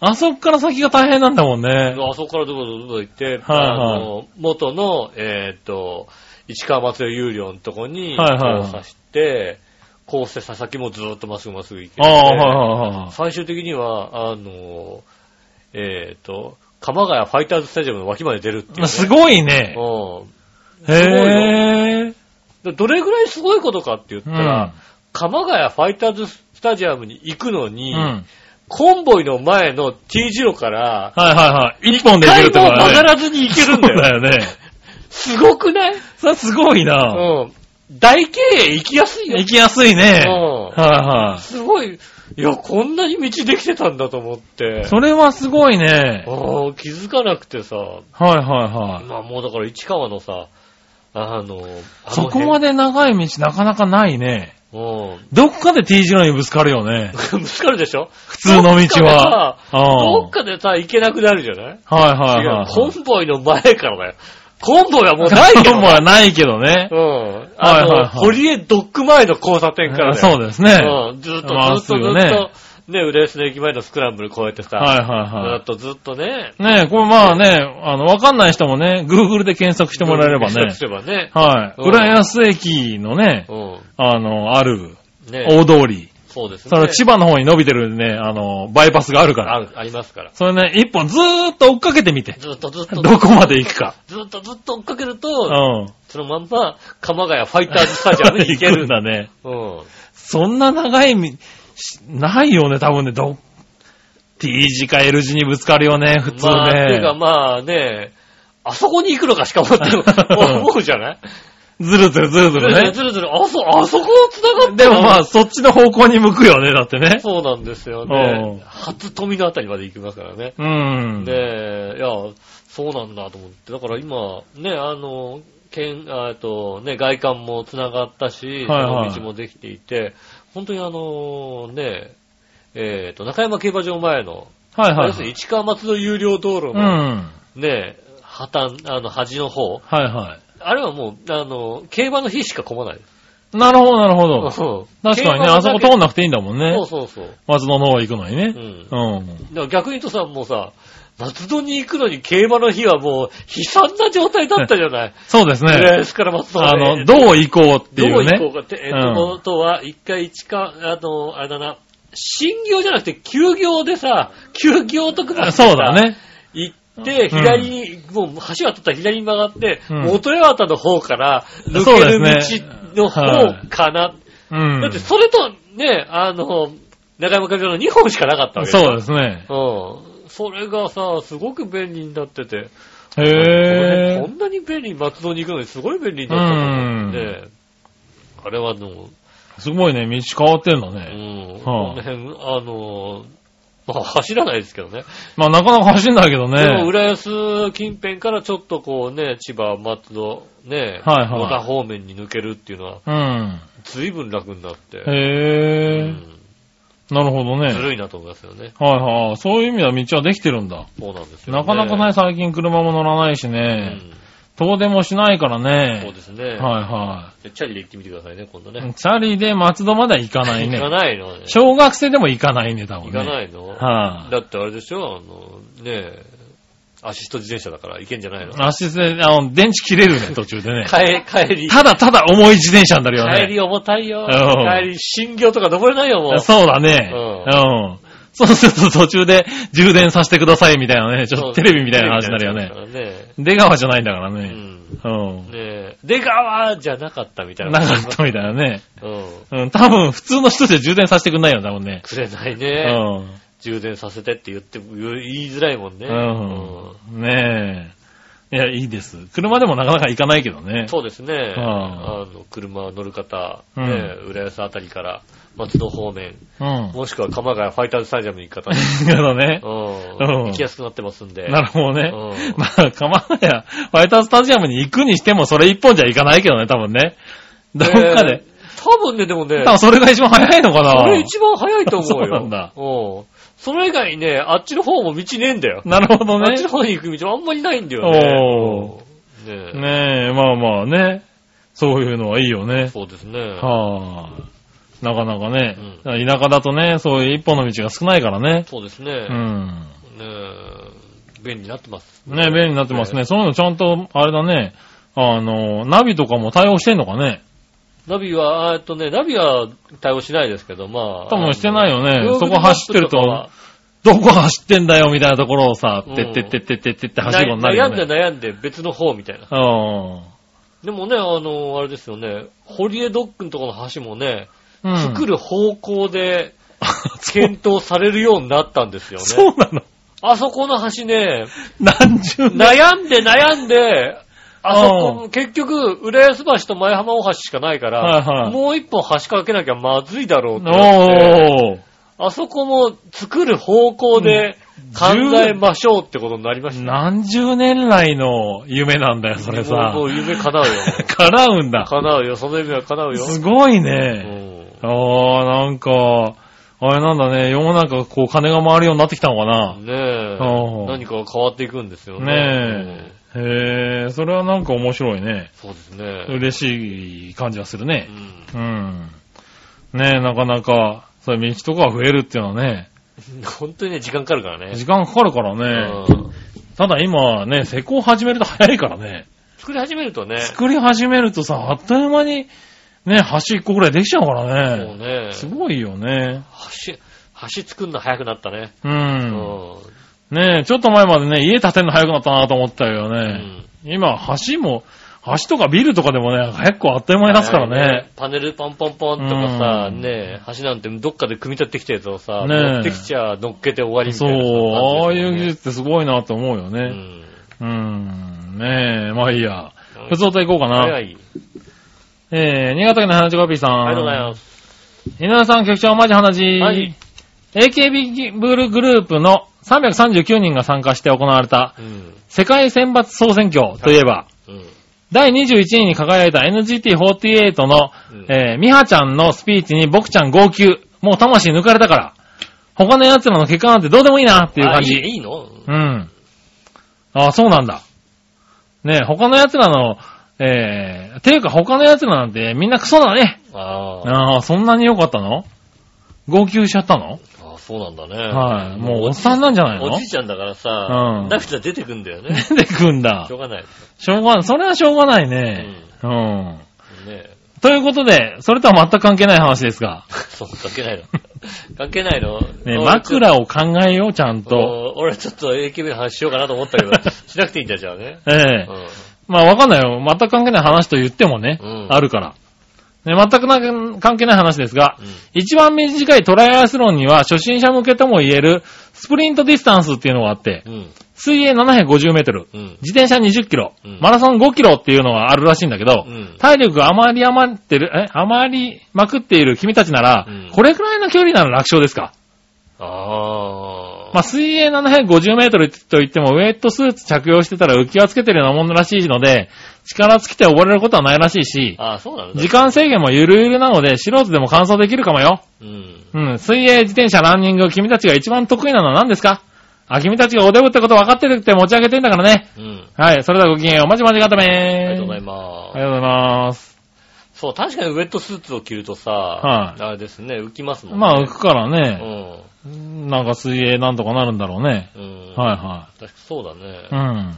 あそっから先が大変なんだもんね。あそこからどこどこどこ行って、はいあの、元の、えーっと、市川松江有料のとこに、はいはいはい交差して、こうして佐々木もずーっとまっすぐまっすぐ行けて、ああ、はいはいはい。最終的には、あの、えっ、と、鎌ヶ谷ファイターズスタジアムの脇まで出るっていう、まあ (laughs) すい。ごいね。うんへえ。でどれぐらいすごいことかって言ったうらん、。鎌ヶ谷ファイターズスタジアムに行くのうに、ん。はいコンボイの前の T 字路から、はいはい。一本でいけ階るって段こをと曲がだね。らずに行けるんだよ。そうだよね。すごくないそれすごいうな。ん。大経営行きやすいよ。行きやすいね。うんはいはすごい。いや、こんなに道できてたんだと思って。い。それはすごいね。ああ、気づかなくてさ。はいはいはい。まあもうだから市川のさ、あの、そこまで。で長い道なかなかないね。うどっかで T 字路にぶつかるよね。ん。 (laughs) ぶつかるでしょ普通の道は。どうっんかでさ、行けなくなるじゃないはいはい違はうい。。コンボイの前からだよ。コンボイはもうないけどコンね。ボはないけどねう。ん。はいはいはあいの、堀江ドック前の交差点からだよ。 (laughs) そうですね。はうんずっとずっまあとずっそうよねと、ね、浦安の駅前のスクランブル越えていさ、はいずはっとずっとね、い。ねえ、これまあね、あの、わかんない人もね、Google で検索してもらえれば検索ねす。ればね。はい。うん浦安駅のね、うあの、あるん。ね、大通り。そうですね。それは千葉の方に伸びてるね、あの、バイパスがあるから。あありますから。それね、一本ずーっと追っかけてみて。ずっとずっと、どこまで行くか。ずっとずっと追っかけるうと、ん。そのまんま、鎌ヶ谷ファイターズスタジアムに行け (laughs) 行くるん。だね。うん。そんな長いみ、しないよね、多分ね、ど、T 字か L 字にぶつかるよね、普通ね。まあ、ていうかまあね、あそこに行くのかし (laughs) かもって思うじゃないずるずるずるずずるるね。ずるずる、あそ、あそこを繋がってるでもまあ、そっちの方向に向くよね、だってね。そうなんですようんね。初富のあたりまで行きますからね。うん。で、いや、そうなんだと思って。だから今、ね、あの、県、あえっと、ね、外観も繋がったし、はいはい道もできていて、本当にあの、ね、えっ、と、中山競馬場前の、はいは要するにい。市川松戸有料道路うん。の、はいね、破綻、あの、端の方、はあれはもう、あの、競馬の日しか混まない。い。なるほど、なるほど。 (laughs) 確確かにね、あそこ通んなくていいんだもんねそう。そうそう。松戸の方行くのにねう。ん。うん。だから逆に言うとさ、もうさ、松戸に行くのに競馬の日はもう悲惨な状態だったじゃない。そうですね、 (laughs) ね。ですから松戸あはねの、どう行こうっていどうう行こうね。かって、えっうんと、ことは、一回一か、あの、あれだな、新業じゃなくて休業でさ、休業とかあそうだ。ね。行って、左に、もう橋渡ったら左に曲がって、うん元八幡の方から抜そうけるですね道の方かな。うんだっ。てそれとね、あの、中山会長の2本しかなかったわけそうですね。うん。それがさ、すごく便利になってて、へこー。んなに便利に松戸に行くのにすごい便利になったと思って、あれはの、すごいね、道変わってんだうね。ん、はこあの辺、あの、まあ走らないですけどね。まあ、なかなか走んないけでども、ね。浦安近辺からちょっとこうね、千葉、松戸、ね、はいはい小田方面に抜けるっていうのは、うん。随分楽になって、うへー。ん、なるほどね。ずるいなと思いますよね。はいはい。そういう意味では道はできてるんだ。そうなんですよ、ね。なかなかない、最近車も乗らないしうね。ん。遠出もしないからそうね。ですね。はいはじゃあチャリで行ってみてくださいね、今度ね。い。チャリで松戸までは行かない行かね。ないのね。小学生でも行かないね、多分行ね。かないの、はいだってあれでしょあの、ねえ、アシスト自転車だから行けんじゃないの足で、あの、電池切れる (laughs) ね、途中でね。帰帰り、ただただ重い自転車になるよ帰ね。り重たいよ。うん帰り、新業とか登れないよ、もう。そうだね。ううん。そうすると途中で充電させてくださいみたいなね。ちょっとテレビみたいな話になるよテね。レビみたいな話になるからね。出川じゃないんだからうね。ん。うん。ねえ、出川じゃなかったみたいな。なかったみたいなね。うん。うん、多分普通の人で充電させてくんないよ、多分ね。くれないうね、ん。充電させてって言って、言いづらいもんね。うん。ねえ。いや、いいです。車でもなかなか行かないけどね。そうですね。うんあの、車乗る方、うんね、浦安あたりから、松戸方面、うん。 (laughs) もしくは鎌ヶ谷ファイターズスタジアムに行く方に、なるほどね。うんうん行きやすくなってますんで。なるほどねうん。まあ、鎌ヶ谷、ファイターズスタジアムに行くにしても、それ一本じゃ行かないけどね、多分ね。どっかで。えー。多分ね、でもね多、分それが一番早いのかな。それ一番早いと思うよ。そうなんだうんそれ以外にね、あっちの方も道ねえんだよ。なるほどあっねち。の方に行く道あんまりないんだよおね。うんねねえ、まあまあね。そういうのはいいよえね。そうですね。はあ。なかなかね、田舎だとね、そういう一本の道が少ないからね。そうですうね。ねん。え便利になってます。ね、便利になってますね。そういうのちゃんと、あれだね、あの、ナビとかも対応してんのかねナビは、あーえっとね、ナビは対応しないですけど、まあ。多分してないよねあのそこ走ってると Google マップどこ走ってんだよみたいなところをさ、うんてってってってってってってかは走るようになる悩よんでね。悩んで別の方みたいな。でもね、あの、あれですよね、堀江ドックのところの橋もね、うん。うん。作る方向で検討されるようになったんですよね。そうなの (laughs) あそこの橋ね、何十年。悩んで悩んで、あそうこ、結局、浦安橋と前浜大橋しかないから、はいはいもう一本橋かけなきゃまずいだろうってなって、おー。あそこも作る方向で考えましょうってことになりました。何十年来の夢なんだよ、それさもう。もう夢叶うよ。 (laughs) 叶うんだ。叶うよ。その夢は叶うよ。すごいうね。んああ、なんか、あれなんだね、世の中こう金が回るようになってきたのかな。ねえ。うん何かが変わっていくんですよね。ねえ。へえ、それはなんか面白いね。うんそうですね。嬉しい感じはするうね。んうん。ねえ、なかなか、そういう道とかが増えるっていうのはね、本当にね、時間かかるからね時。間かかるからね。うんただ今ね、施工始めると早いからね。作り始めるとね。作り始めるとさ、あっという間に、ね、橋一個ぐらいできちゃうからもうね。ね。すごいよね。橋、橋作るの早くなったね。う。うんん。ねえ、ちょっと前までね、家建てるの早くなったなと思ったけどうね。ん今、橋も、橋とかビルとかでもね、早くあっという間に出すからね。。パネルパンパンパンとかさ、うんねえ橋なんてどっかで組み立ってきたやつをさ、ねえ持ってきちゃ乗っけて終わりみそたう、いなさ。ああいう技感じです術ってすごいなと思うよよねね。うん。ねえ、まあいいや。普通歌行こうかうん。早な。い。えー、新潟県の花地コピーさん。ありがとうございます。稲田さん、局長、マジ花地。はい。 AKB ブルグループの339人が参加して行われたうん。世界選抜総選挙といえば、うん。第21位に輝いた NGT48 の、うんえー、ミハちゃんのスピーチに僕ちゃん号泣。もう魂抜かれたから。他の奴らの結果なんてどうでもいいなっていう感じ。あいいいいのうん。ああ、そうなんだ。ねえ他の奴らの、えー、ていうか他の奴らなんてみんなクソだね。ああ。ああ、そんなに良かったの号泣しちゃったのああ、そうなんだね。はい。もうおっさんなんじゃないおのじいちゃんだからさ、うん涙出てくんだよ (laughs) ね。出てくんだしょ。うがない。しょうがない。それはしょうがないね。うん。ね (laughs) え。ということで、それとは全く関係ない話ですが、そう、関係ないの。 (laughs) 関係ないの。俺ね、ちょっと枕を考えよう、ちゃんと。うん俺ちょっと AKB の話しようかなと思ったけ (laughs) ど、しなくていいんだ、じゃあね。えうえん。まあ、わかんないよ。全く関係ない話と言ってもね、うんあるから。ね、全くな関係ない話ですが、うん一番短いトライアスロンには初心者向けとも言えるスプリントディスタンスっていうのがあって、うん。水泳750メートル、うん。自転車20キロ、うんマラソン5キロっていうのがあるらしいんだけど、うん体力が余り余ってる、え、余りまくっている君たちなら、うんこれくらいの距離なら楽勝ですか。あまあ、あ。水泳750メートルといっても、ウェットスーツ着用してたら浮き輪つけてるようなもんらしいので、力尽きて溺れることはないらしいし、ああ、そうなんだ。時間制限もゆるゆるなので、素人でも完走できるかもよ。うん。うん、水泳、自転車、ランニング、君たちが一番得意なのは何ですかあ、君たちがおデブってこと分かってるって持ち上げてんだからね。うん。はい、それではごきげんよう。まじまじがためありあがとうございあますり。がとうございます。そう、確かにウェットスーツを着るとさ、はいあれですね、浮きますもんね。まあ、浮くからうね、ん。なんか水泳なんとかなるんだろうね。うん。はいは確かそうだねい。う。ん。うん。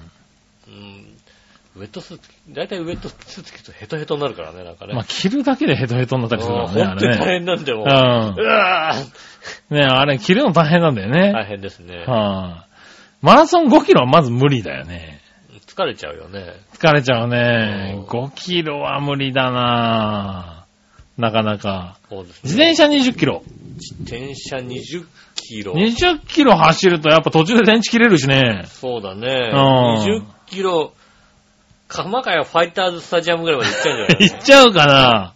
ウェットスーツ、だいたいウェットスーツ着るとヘトヘトになるからね、なんかね。まあ、着るだけでヘトヘトになったりするからね、うんあ本当れにね大。変なんだよ。ううわーん。ねあれ、着るの大変なんだよね。大はい、変ですね。マラソン5キロはまず無理だよね。疲れちゃうよね。疲れちゃうね。うん5キロは無理だななかなか。そうですね。自転車20キロ。自転車20キロ。 20キロ走るとやっぱ途中で電池切れるしね。 (laughs) そうだね。うん20キロ、鎌ヶ谷ファイターズスタジアムぐらいまで行っちゃうん (laughs) じゃない行っちゃうかな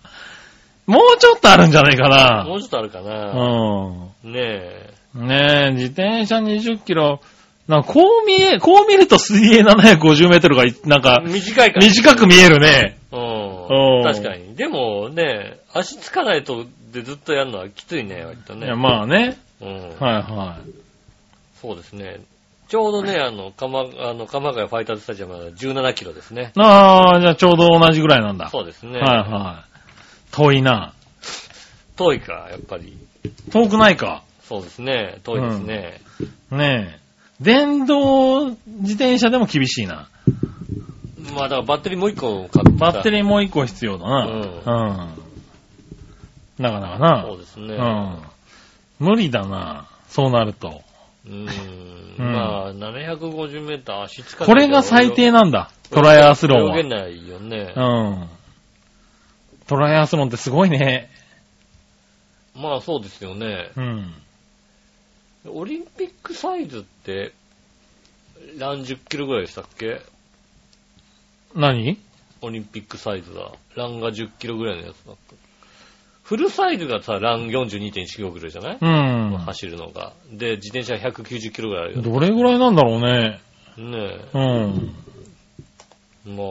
もうちょっとあるんじゃないかもなうちょっとあるかな。うねえ。ん。ねえ、自転車20キロ。なんかこう見え、こう見ると水泳750メートルがい、なんか、短いから。短く見えるね。ううんん。確かに。でもね、足つかないとでずっとやるのはきついね、割といね。や、まあね。うん。はいはい。そうですね。ちょうどね、あの、鎌、あの、鎌ヶ谷ファイターズスタジアムは17キロですね。ああ、じゃあちょうど同じぐらいなんだ。そうですね。はいはい。遠いな。遠いか、やっぱり。遠くないか。そうですね。遠いですね。ねえ。電動自転車でも厳しいな。まあだからバッテリーもう一個買った。バッテリリーもう一個必要だな。うんうん。なかなかーな。そうですね。うん。無理だな。そうなると。うーん。うんまあ、750メーター足つかこれが最低なんだ。トライアスロンは。泳げないよね。うん。トライアスロンってすごいね。まあそうですよね。うん。オリンピックサイズって、何十キロぐらいでしたっけ何オリンピックサイズが。ランが10キロぐらいのやつだった。フルサイズがさ、ラン42.45キロじゃない、うん。走るのが。で、自転車190キロぐらいあるよね。どれぐらいなんだろうね。ねうん。え。まあ、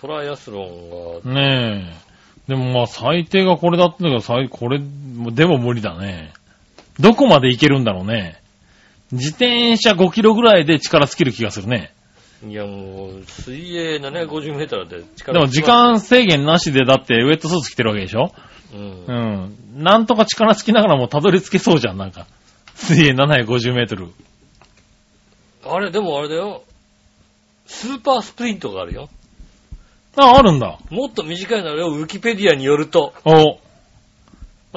トライアスロンが、ねえ。でもまあ最低がこれだったけど、最これ、でも無理だね。どこまでいけるんだろうね。自転車5キロぐらいで力尽きる気がするね。いやもう、水泳750メーターでで力も時間制限なしでだってウェットスーツ着てるわけでしょうんう。ん。なんとか力尽きながらもたどり着けそうじゃん、なんか。水泳750メートル。あれ、でもあれだよ。スーパースプリントがあるよ。あ、あるんだ。もっと短いのよ、ウィキペディアによると。お、まあ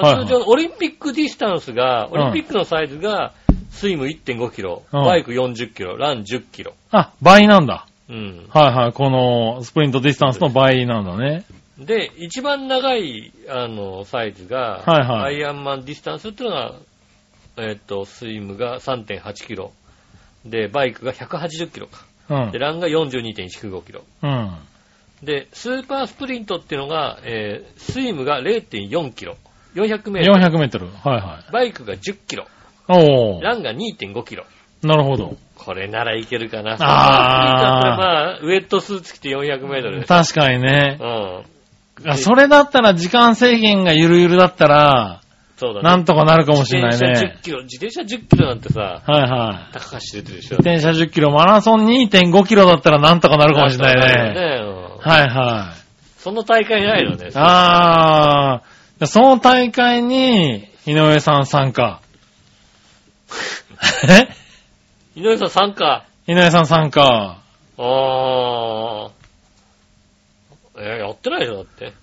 はいはい通常、オリンピックディスタンスが、オうんリンピックのサイズが、スイム1.5キロ、うんバイク40キロ、ラン10キロ。あ、倍なんだ。うん。はいはい、このスプリントディスタンスの倍なんだね。で、一番長い、あの、サイズが、はいはいアイアンマンディスタンスっていうのが、えっ、と、スイムが3.8キロ。で、バイクが180キロか。うんで、。ランが42.195キロ。うん。で、スーパースプリントっていうのが、えースイムが0.4キロ。400メートル。 400メートル。はいはい。バイクが10キロ。おー。ランが2.5キロ。なるほど。これならいけるかな。スあプリントだったらまあ、ウェットスーツ着て400メートルでし確かにね。ょ。うん。あそれだったら時間制限がゆるゆるだったら、そうだね。なんとかなるかもしれない自転車ね10。キロ、自転車10キロなんてさ、はいはい。高橋出てるでしょ。自転車10キロ、マラソン2.5キロだったらなんとかなるかもしれないね。ね。うんはいはその大会ないのねい。。あー、その大会に、井上さん参 (laughs) 加。え井上さん参加。井上さん参加。あー。え、やってないでしょ、だって。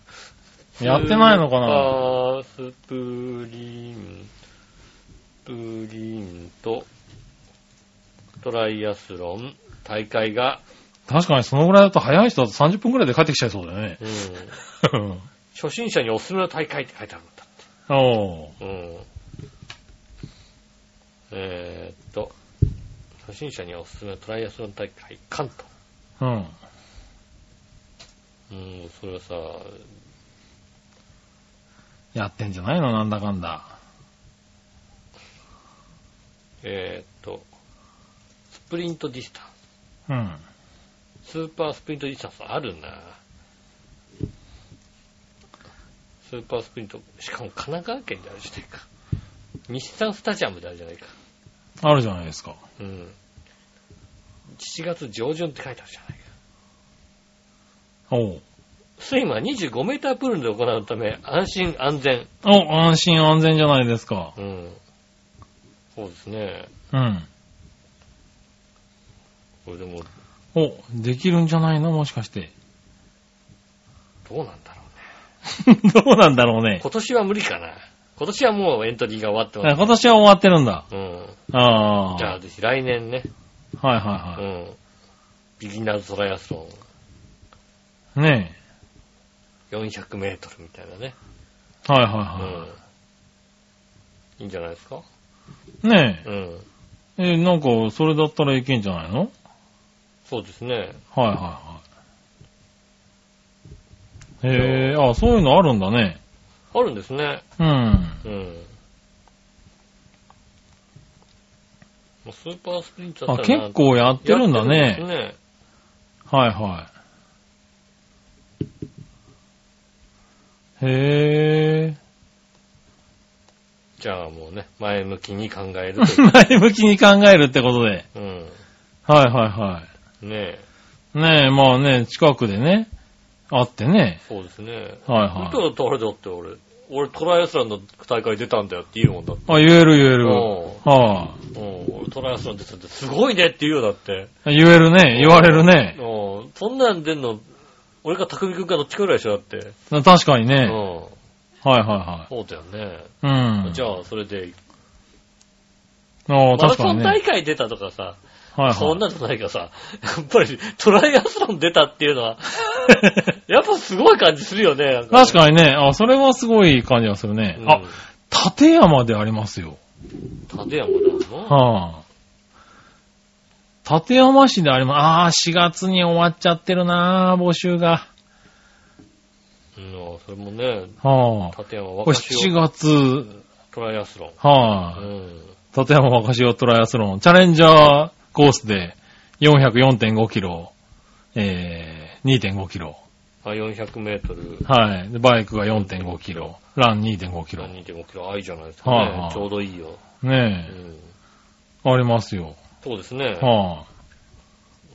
やってないのかななスーパースプリン、プリント、トライアスロン、大会が、確かにそのぐらいだと早い人だと30分ぐらいで帰ってきちゃいそうだよ (laughs) ね。うん、うん初心者におすすめの大会って書いてあるんだ。おー。うん。えーっと、初心者にはおすすめのトライアスロン大会、関東。うん。うん、それはさ、やってんじゃないのなんだかんだ。えーっと、スプリントディスタンうん。ス。スーパースプリントディスタンスあるな。スーパースプリント、しかも神奈川県であるじゃないか。日産スタジアムであるじゃないか。あるじゃないですか。うん。7月上旬って書いてあるじゃないか。おうスイムは25メータープールで行うため、安心安全。お、安心安全じゃないですか。うん。そうですね。うん。これでも、お、できるんじゃないのもしかして。どうなんだろうね。どうなんだろうね。今年は無理かな。今年はもうエントリーが終わってあます。今年は終わってるんだ。うん。ああ。じゃあ、ぜひ来年ね。はいはういはん。ビギナーズトライアスロい。ねン、400メートルみたいなね。え。はいはういはん。いいんじゃないですかい。ねうん。え。え、なんか、それだったらいけんじゃないのそうですね。はいはいはい。へえ、あ、そういうのあるんだね。あるんですね。うん。うん。もうスーパースプリントだあ、ったらな結構やってるんだやっねて。るんですね。はいはい。へじゃあもうね、前向きに考えるという。 (laughs) ー。前向きに考えるってことで。 (laughs) うん。はいはいはねえ、い。ねえ、まあね、近くでね、あってね。そうですね。はい見はたら誰だって俺、俺トライアスランの大会出たんだよって言うもんだって。あ、言える言える。おはうん、俺トライアスロン出たってすごいねって言うよだって。あ、言えるね。言われるね。うん、そんなん出んの、俺か匠くんかどっちかぐらいでしょだって。確かにうね。ん、はいはそうだよね。いはい。うん。じゃあ、それで、ああ、マラ確かソにンね。大会出たとかさ、はいはい。そんなじゃないかさ、やっぱりトライアスロン出たっていうのは、やっぱすごい感じするよね。なん (laughs) 確ねかにね。あ、それはすごい感じがするね。うんあ、立山でありますよ。立山だもんな。はあ。立山市であります。ああ、4月に終わっちゃってるなあ、募集が。うん、それもね、はあ。立山こ若れ7潮月、トライアスロン。はうあ。ん。立山若潮トライアスロン、チャレンジャーコースで404.5キロ、えー、2.5キロ。あ400メートル、はい。でバイクが4.5キロ、ラン2.5キロ。ね2.5キロ、あいいじゃないですかね。はいはいちょうどいいよ。うえ、ん。ありますよ。そうですね。はあ、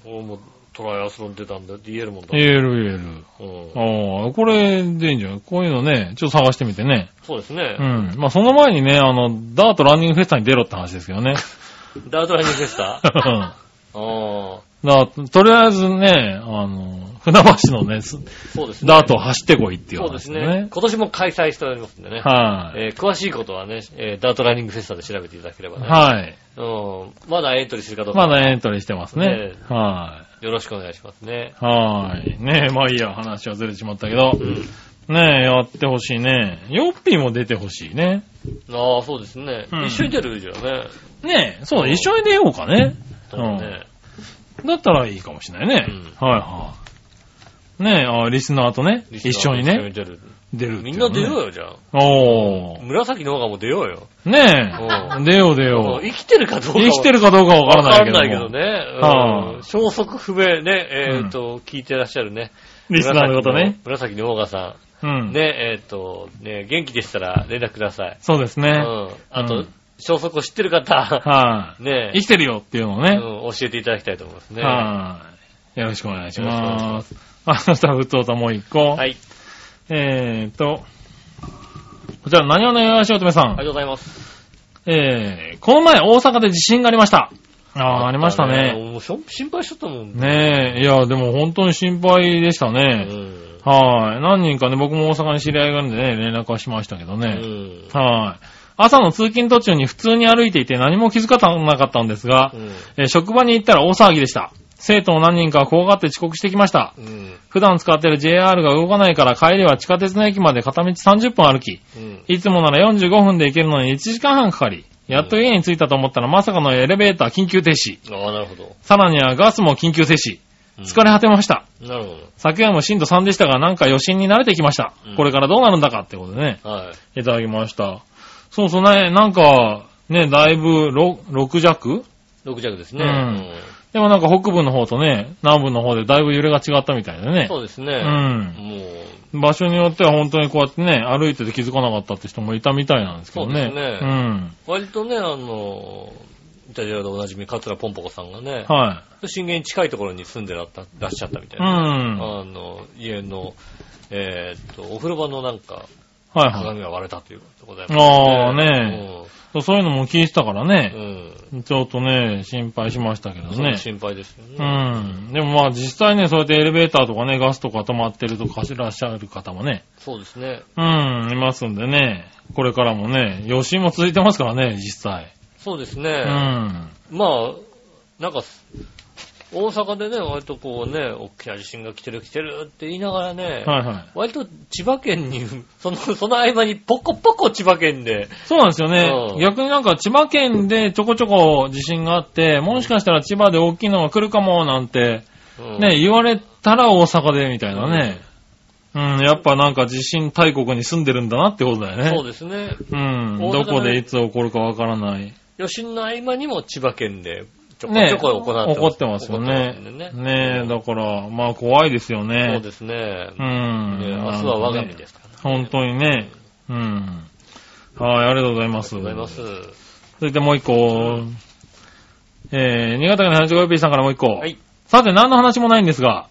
俺もトライアスロン出たんだって言えるもんだ。言えるうん言える。ああ、これでいいんじゃないこういうのね、ちょっと探してみてね。そうですねう。ん。まあ、その前にね、あの、ダートランニングフェスタに出ろって話です (laughs) けどね。ダートライニングでした (laughs) だかああ、らとりあえずね、あの、船橋のね、すそうですね。ダートを走ってこいっていうそう話でですすね。ね。今年も開催しておりますんでね。はい、えー詳しいことはね、えーダートライニングフェスタで調べていただければね。はい。うん。まだエントリーするかどうか。まだエントリーしてますねね。はよろしくお願いしますね。い。はい。ねえ、まあいいや、話はずれてしまったけど。うん。ねえ、やってほしいね。ヨッピーも出てほしいね。ああ、そうですね。うん一緒に出るじゃんね。ねえ、そうだ、一緒に出ようかね。そうね。だったらいいかもしれないね。うはいはい。ねえ、あリスナーとね、リスナー一緒に一緒ねに、出る。出るってみいんうなのね出ようよ、じゃおあ。紫の方がもう出ようよ。ー。ねうえ、出よう出もようう。生きてるかどうかは。生きてるかどうかわからないけども。わかんないけどね。はうんあ消息不明ね、えうっんと、聞いてらっしゃるね。リスナーの方ね。紫の。紫のオーガさ。うんん。ね、えっと、ね、元気でしたら連絡ください。そうですうね。ん。あうとん、消息を知ってる方、 (laughs) はい。ね生、きてるよっていうのをね。うん教えていただきたいと思いますね。はい。よろしくお願いしよろしくお願ます。あなた、ふつおたもう一個。はい。えーと、こちら、何をね、よしおとめさありがん。とうございます。えー、この前、大阪で地震がありました。あー、ありましたね。もうしょ心配しとったもん。ねえ、いや、でも本当に心配でしたうね。ん。はい。何人かね、僕も大阪に知り合いがいるんでね、連絡はしましたけどうね。ん。はい。朝の通勤途中に普通に歩いていて何も気づかなかったんですがう、んえー職場に行ったら大騒ぎでした。生徒も何人か怖がって遅刻してきました。うん。普段使ってる JR が動かないから帰りは地下鉄の駅まで片道30分歩き、うん。いつもなら45分で行けるのに1時間半かかり、やっと家に着いたと思ったらまさかのエレベーター緊急停止、ああ、なるほど。さらにはガスも緊急停う止、ん疲れ果てました。なるほ昨夜も震度3でしたがなんか余震に慣れてきましたうん。これからどうなるんだかってことでね、ど。はい。いただきました。そうそうね、なんか、ね、だいぶ 6, 6弱6弱ですね。うんでもなんか北部の方とね、南部の方でだいぶ揺れが違ったみたいでうねん。そうですうね。ん。もう、場所によっては本当にこうやってね、歩いてて気づかなかったって人もいたみたいなんですけどそね。うですね割とね、あの、イタリアでおなじみ、桂ポンポコさんがねうん。、は震源に近いところに住んでらったらっしゃったみたい。いうな。ん。はあの、家の、えーっと、お風呂場のなんか、いはい。鏡が割れたということで。あーねそうそういうのも聞いてたからえうね、ん。ちょっとね、心配しましたけどうん。ね。心配ですようね。ん。でもまあ実際ね、そうやってエレベーターとかね、ガスとか止まってるとかいらっしゃる方もね、そうですね。うん、いますんでね、これからもね、余震も続いてますからね、実際。そうですうね。ん。まあ、なんか、大阪でね、割とこうね、大きな地震が来てる来てるって言いながらね、はいはい。割と千葉県に、 (laughs) その、その合間にポコポコ千葉県で、そうなんですようねん。逆になんか千葉県でちょこちょこ地震があって、もしかしたら千葉で大きいのが来るかもなんて、うんね、言われたら大阪でみたいなね。うん、やっぱなんか地震大国に住んでるんだなってことだよそうね。ですね。うん、大阪ねどこでいつ起こるかわからない。余震の合間にも千葉県で、ちょこねちょこ行って起こってますよね起こってま。すんでねだから、まあ怖いですよね。そうですね。うねん。。明日は我が身ですすから。本当にね。うん。はい、ありがとうございます。ありがとうございま続いてもう一個。えー、新潟県の 75UP さんからもう一個。す。はい。さて、何の話もないんですが、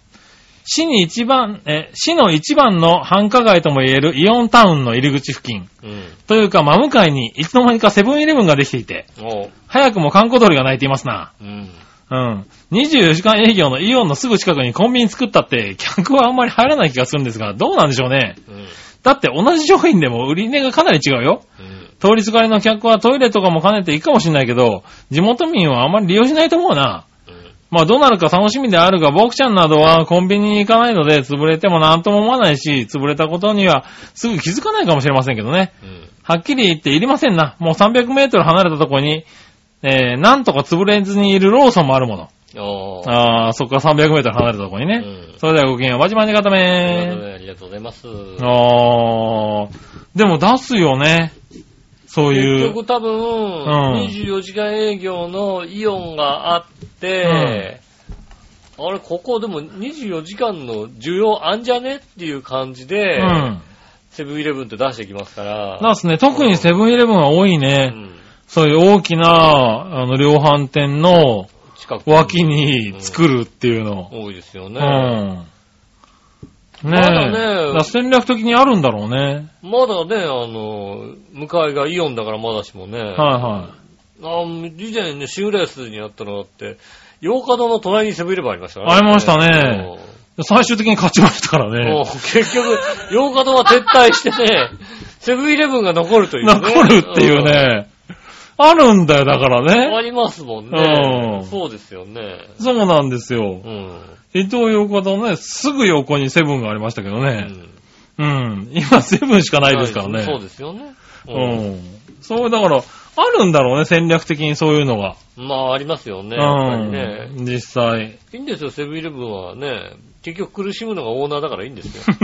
市に一番、え、市の一番の繁華街とも言えるイオンタウンの入り口付近。うん。というか、真向かいにいつの間にかセブンイレブンができていて、おう。早くも観光鳥が鳴いていますな。うん。うん。24時間営業のイオンのすぐ近くにコンビニ作ったって、客はあんまり入らない気がするんですが、どうなんでしょうね。うん。だって同じ商品でも売り値がかなり違うよ。うん。通りすがりの客はトイレとかも兼ねていいかもしれないけど、地元民はあまり利用しないと思うな。うん。まあどうなるか楽しみであるが、僕ちゃんなどはコンビニに行かないので、潰れてもなんとも思わないし、潰れたことにはすぐ気づかないかもしれませんけどね。うん。はっきり言っていりませんな。もう300メートル離れたとこに、えー、なんとか潰れずにいるローソンもあるもの。おー。あー、そっから300メートル離れたとこにうね。ん。それではごきげんよう。まじまじがたということめでありがとうございます。あー。でも出すよね。そうい結う。局多う分、ん24時間営業のイオンがあって、あれ、ここでも24時間の需要あんじゃねっていう感じで、うん。セブンイレブンって出してきますから。なんすね。特にセブンイレブンは多いね。うんそういう大きな、あの、量販店の近く脇に作る。るっていうの。多いですようね。ん。ねえ。まだねだから戦略的にあるんだろうね。まだね、あの、向かいがイオンだからまだしもね。はいはい。あ以前ね、シューレースにあったのがあって、洋日堂の隣にセブンイレブンありましたからありましたね。最終的に勝ちましたからうんもうね。結局、洋日堂は撤退して (laughs) ね、セブンイレブンが残るというね。残るっていうね。あるんだよ、だからうん。あね。りますもんね。うんそうですよね。そうなんですよう。ん。伊藤洋華堂ね、すぐ横にセブンがありましたけどうね。んうん。今、セブンしかないですからね。そうですよね。うん。そう、だから、あるんだろうね、戦略的にそういうのが。まあ、ありますよね。やっぱりね。うん。実際。 (laughs) いいんですよ、セブンイレブンはね。結局苦しむのがオーナーだからいいんですよ。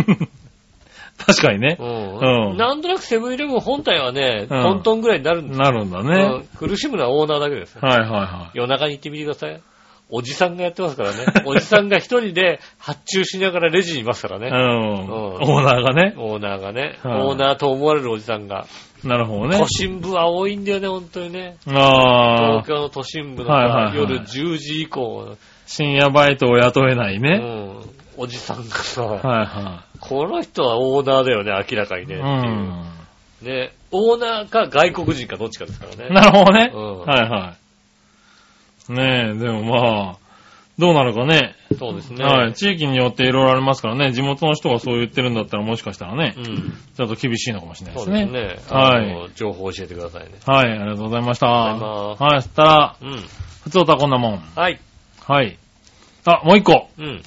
確かにね。うん。 (laughs) うんなんとなくセブンイレブン本体はね、うんトントンぐらいになるんですよ。なるんだね。うん苦しむのはオーナーだけです。はいはいは夜中に行ってみてください。おじさんがやってますから (laughs) ね。おじさんが一人で発注しながらレジにいますからい。うね。ん。うんオーナーがね。オーナーがね、はいオーナーと思われるおじさんが。なるほどね都。心部は多いんだよね、本当にね。あ東あ、京の都心部のはいはいはい夜10時以降、深夜バイトを雇えないうね。ん、おじさんがさ、はいはこの人はオーナーだよね、明らかにい。ね。う。っていうんね、オーナーか外国人かどっちかですからね。なるほどね。うんはいはい。ねえ、でもまあ、どうなるかね。そうですね。はい。地域によっていろいろありますからね。地元の人がそう言ってるんだったらもしかしたらねう、ん。ちょっと厳しいのかもしれないでそうすでね。すね。はいあの。情報教えてくださいね。はい、ありがとうございました。りがとうございまはい、そしたら、うん。普通たこんなもん。はい。はい。あ、もう一個。うん。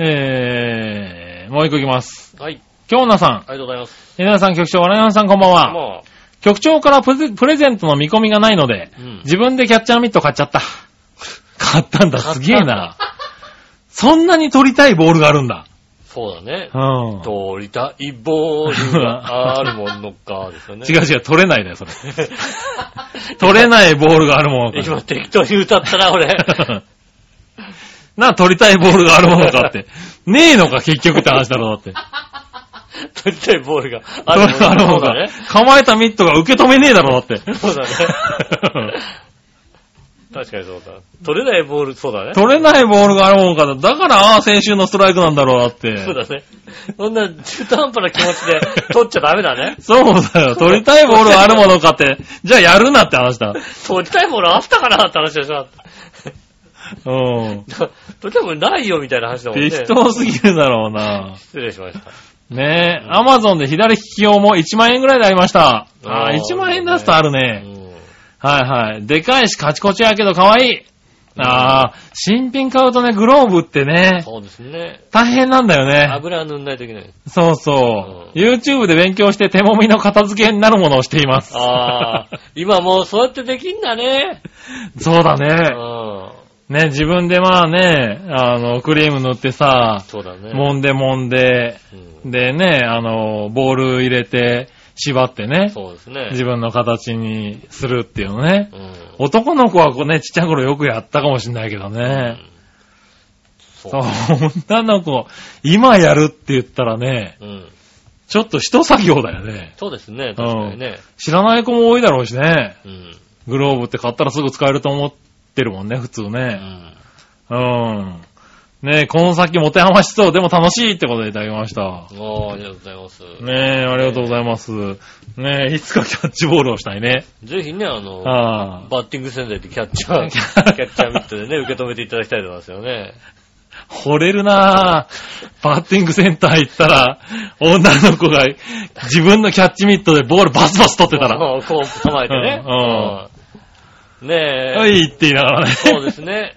えー、もう一個いきます。はい。京奈さん、ありがとうございます。えなさん局長、わらやさんこんばんは。まあ、局長からプレプレゼントの見込みがないので、うん。自分でキャッチャーミット買っち (laughs) ゃった。買ったんだ、買ったんだすげえな。そんなに取りたいボールがあるんだ。そうだねう。ん。通りたいボールがあるものか、ですよね。違う違う、取れないだよ、それ。取れないボールがあるものか。 (laughs) 今適当に歌ったな、 (laughs) 俺。な、取りたいボールがあるものか (laughs) って。ねえのか、結局って話だろ、だって。取りたいボールがあ (laughs) あるるものか。そのうだかね。。構えたミットが受け止めねえだろ、だ (laughs) って。そうだ (laughs) ね。確かにそうだ。取れないボール、そうだね。取れないボールがあるものかだ。だから、ああ、先週のストライクなんだろう、だって。そうだね。そんな中途半端な気持ちで取っちゃダメだね。そうだよ。取りたいボールはあるものかって。じゃあやるなって話だ。取りたいボールあったかなって話でしょ。うん。取りたいボールないよみたいな話だもんね。適当すぎるだろうな。失礼しました。ねえ、アマゾンで左利き用も1万円ぐらいでありました。あああ、ー1万円出すとあるうね。ん。はいはい。でかいしカチコチやけど可愛い。ああ、新品買うとね、グローブってね、そうですね。大変なんだよね。油塗んないといけない。そうそう。う YouTube で勉強して手もみの片付けになるものをしています。ああ、今もうそうやってできんだね。そうだうね。ん。ね、自分でまあね、あの、クリーム塗ってさ、そうだね。揉んで揉んで、うんでね、あの、ボール入れて、縛ってね、そうですね。自分の形にするっていうのね。うん男の子はこうね、ちっちゃい頃よくやったかもしんないけどね。そそう、女の子、今やるって言ったらね、う。うん。ちょっと一作業だよね。そうですね、確かにね。知らない子も多いだろうしね。うん。グローブって買ったらすぐ使えると思ってるもんね、普通うね。ん。うん。ねえ、この先もてはましそう、でも楽しいってことでいただきました。おー、ありがとうございます。ねえ、ありがとうございます。ねえ、いつかキャッチボールをしたいね。ぜひね、あの、ああ。バッティング仙台でキャッチ (laughs) ャー、キャッチャーミットでね、受け止めていただきたいと思いますよね。惚れるなぁ。バッティングセンター行ったら、女の子が自分のキャッチミットでボールバスバス取ってたら、こう、こう構えてね。うんねえ。はいって言いながらね。そうですね。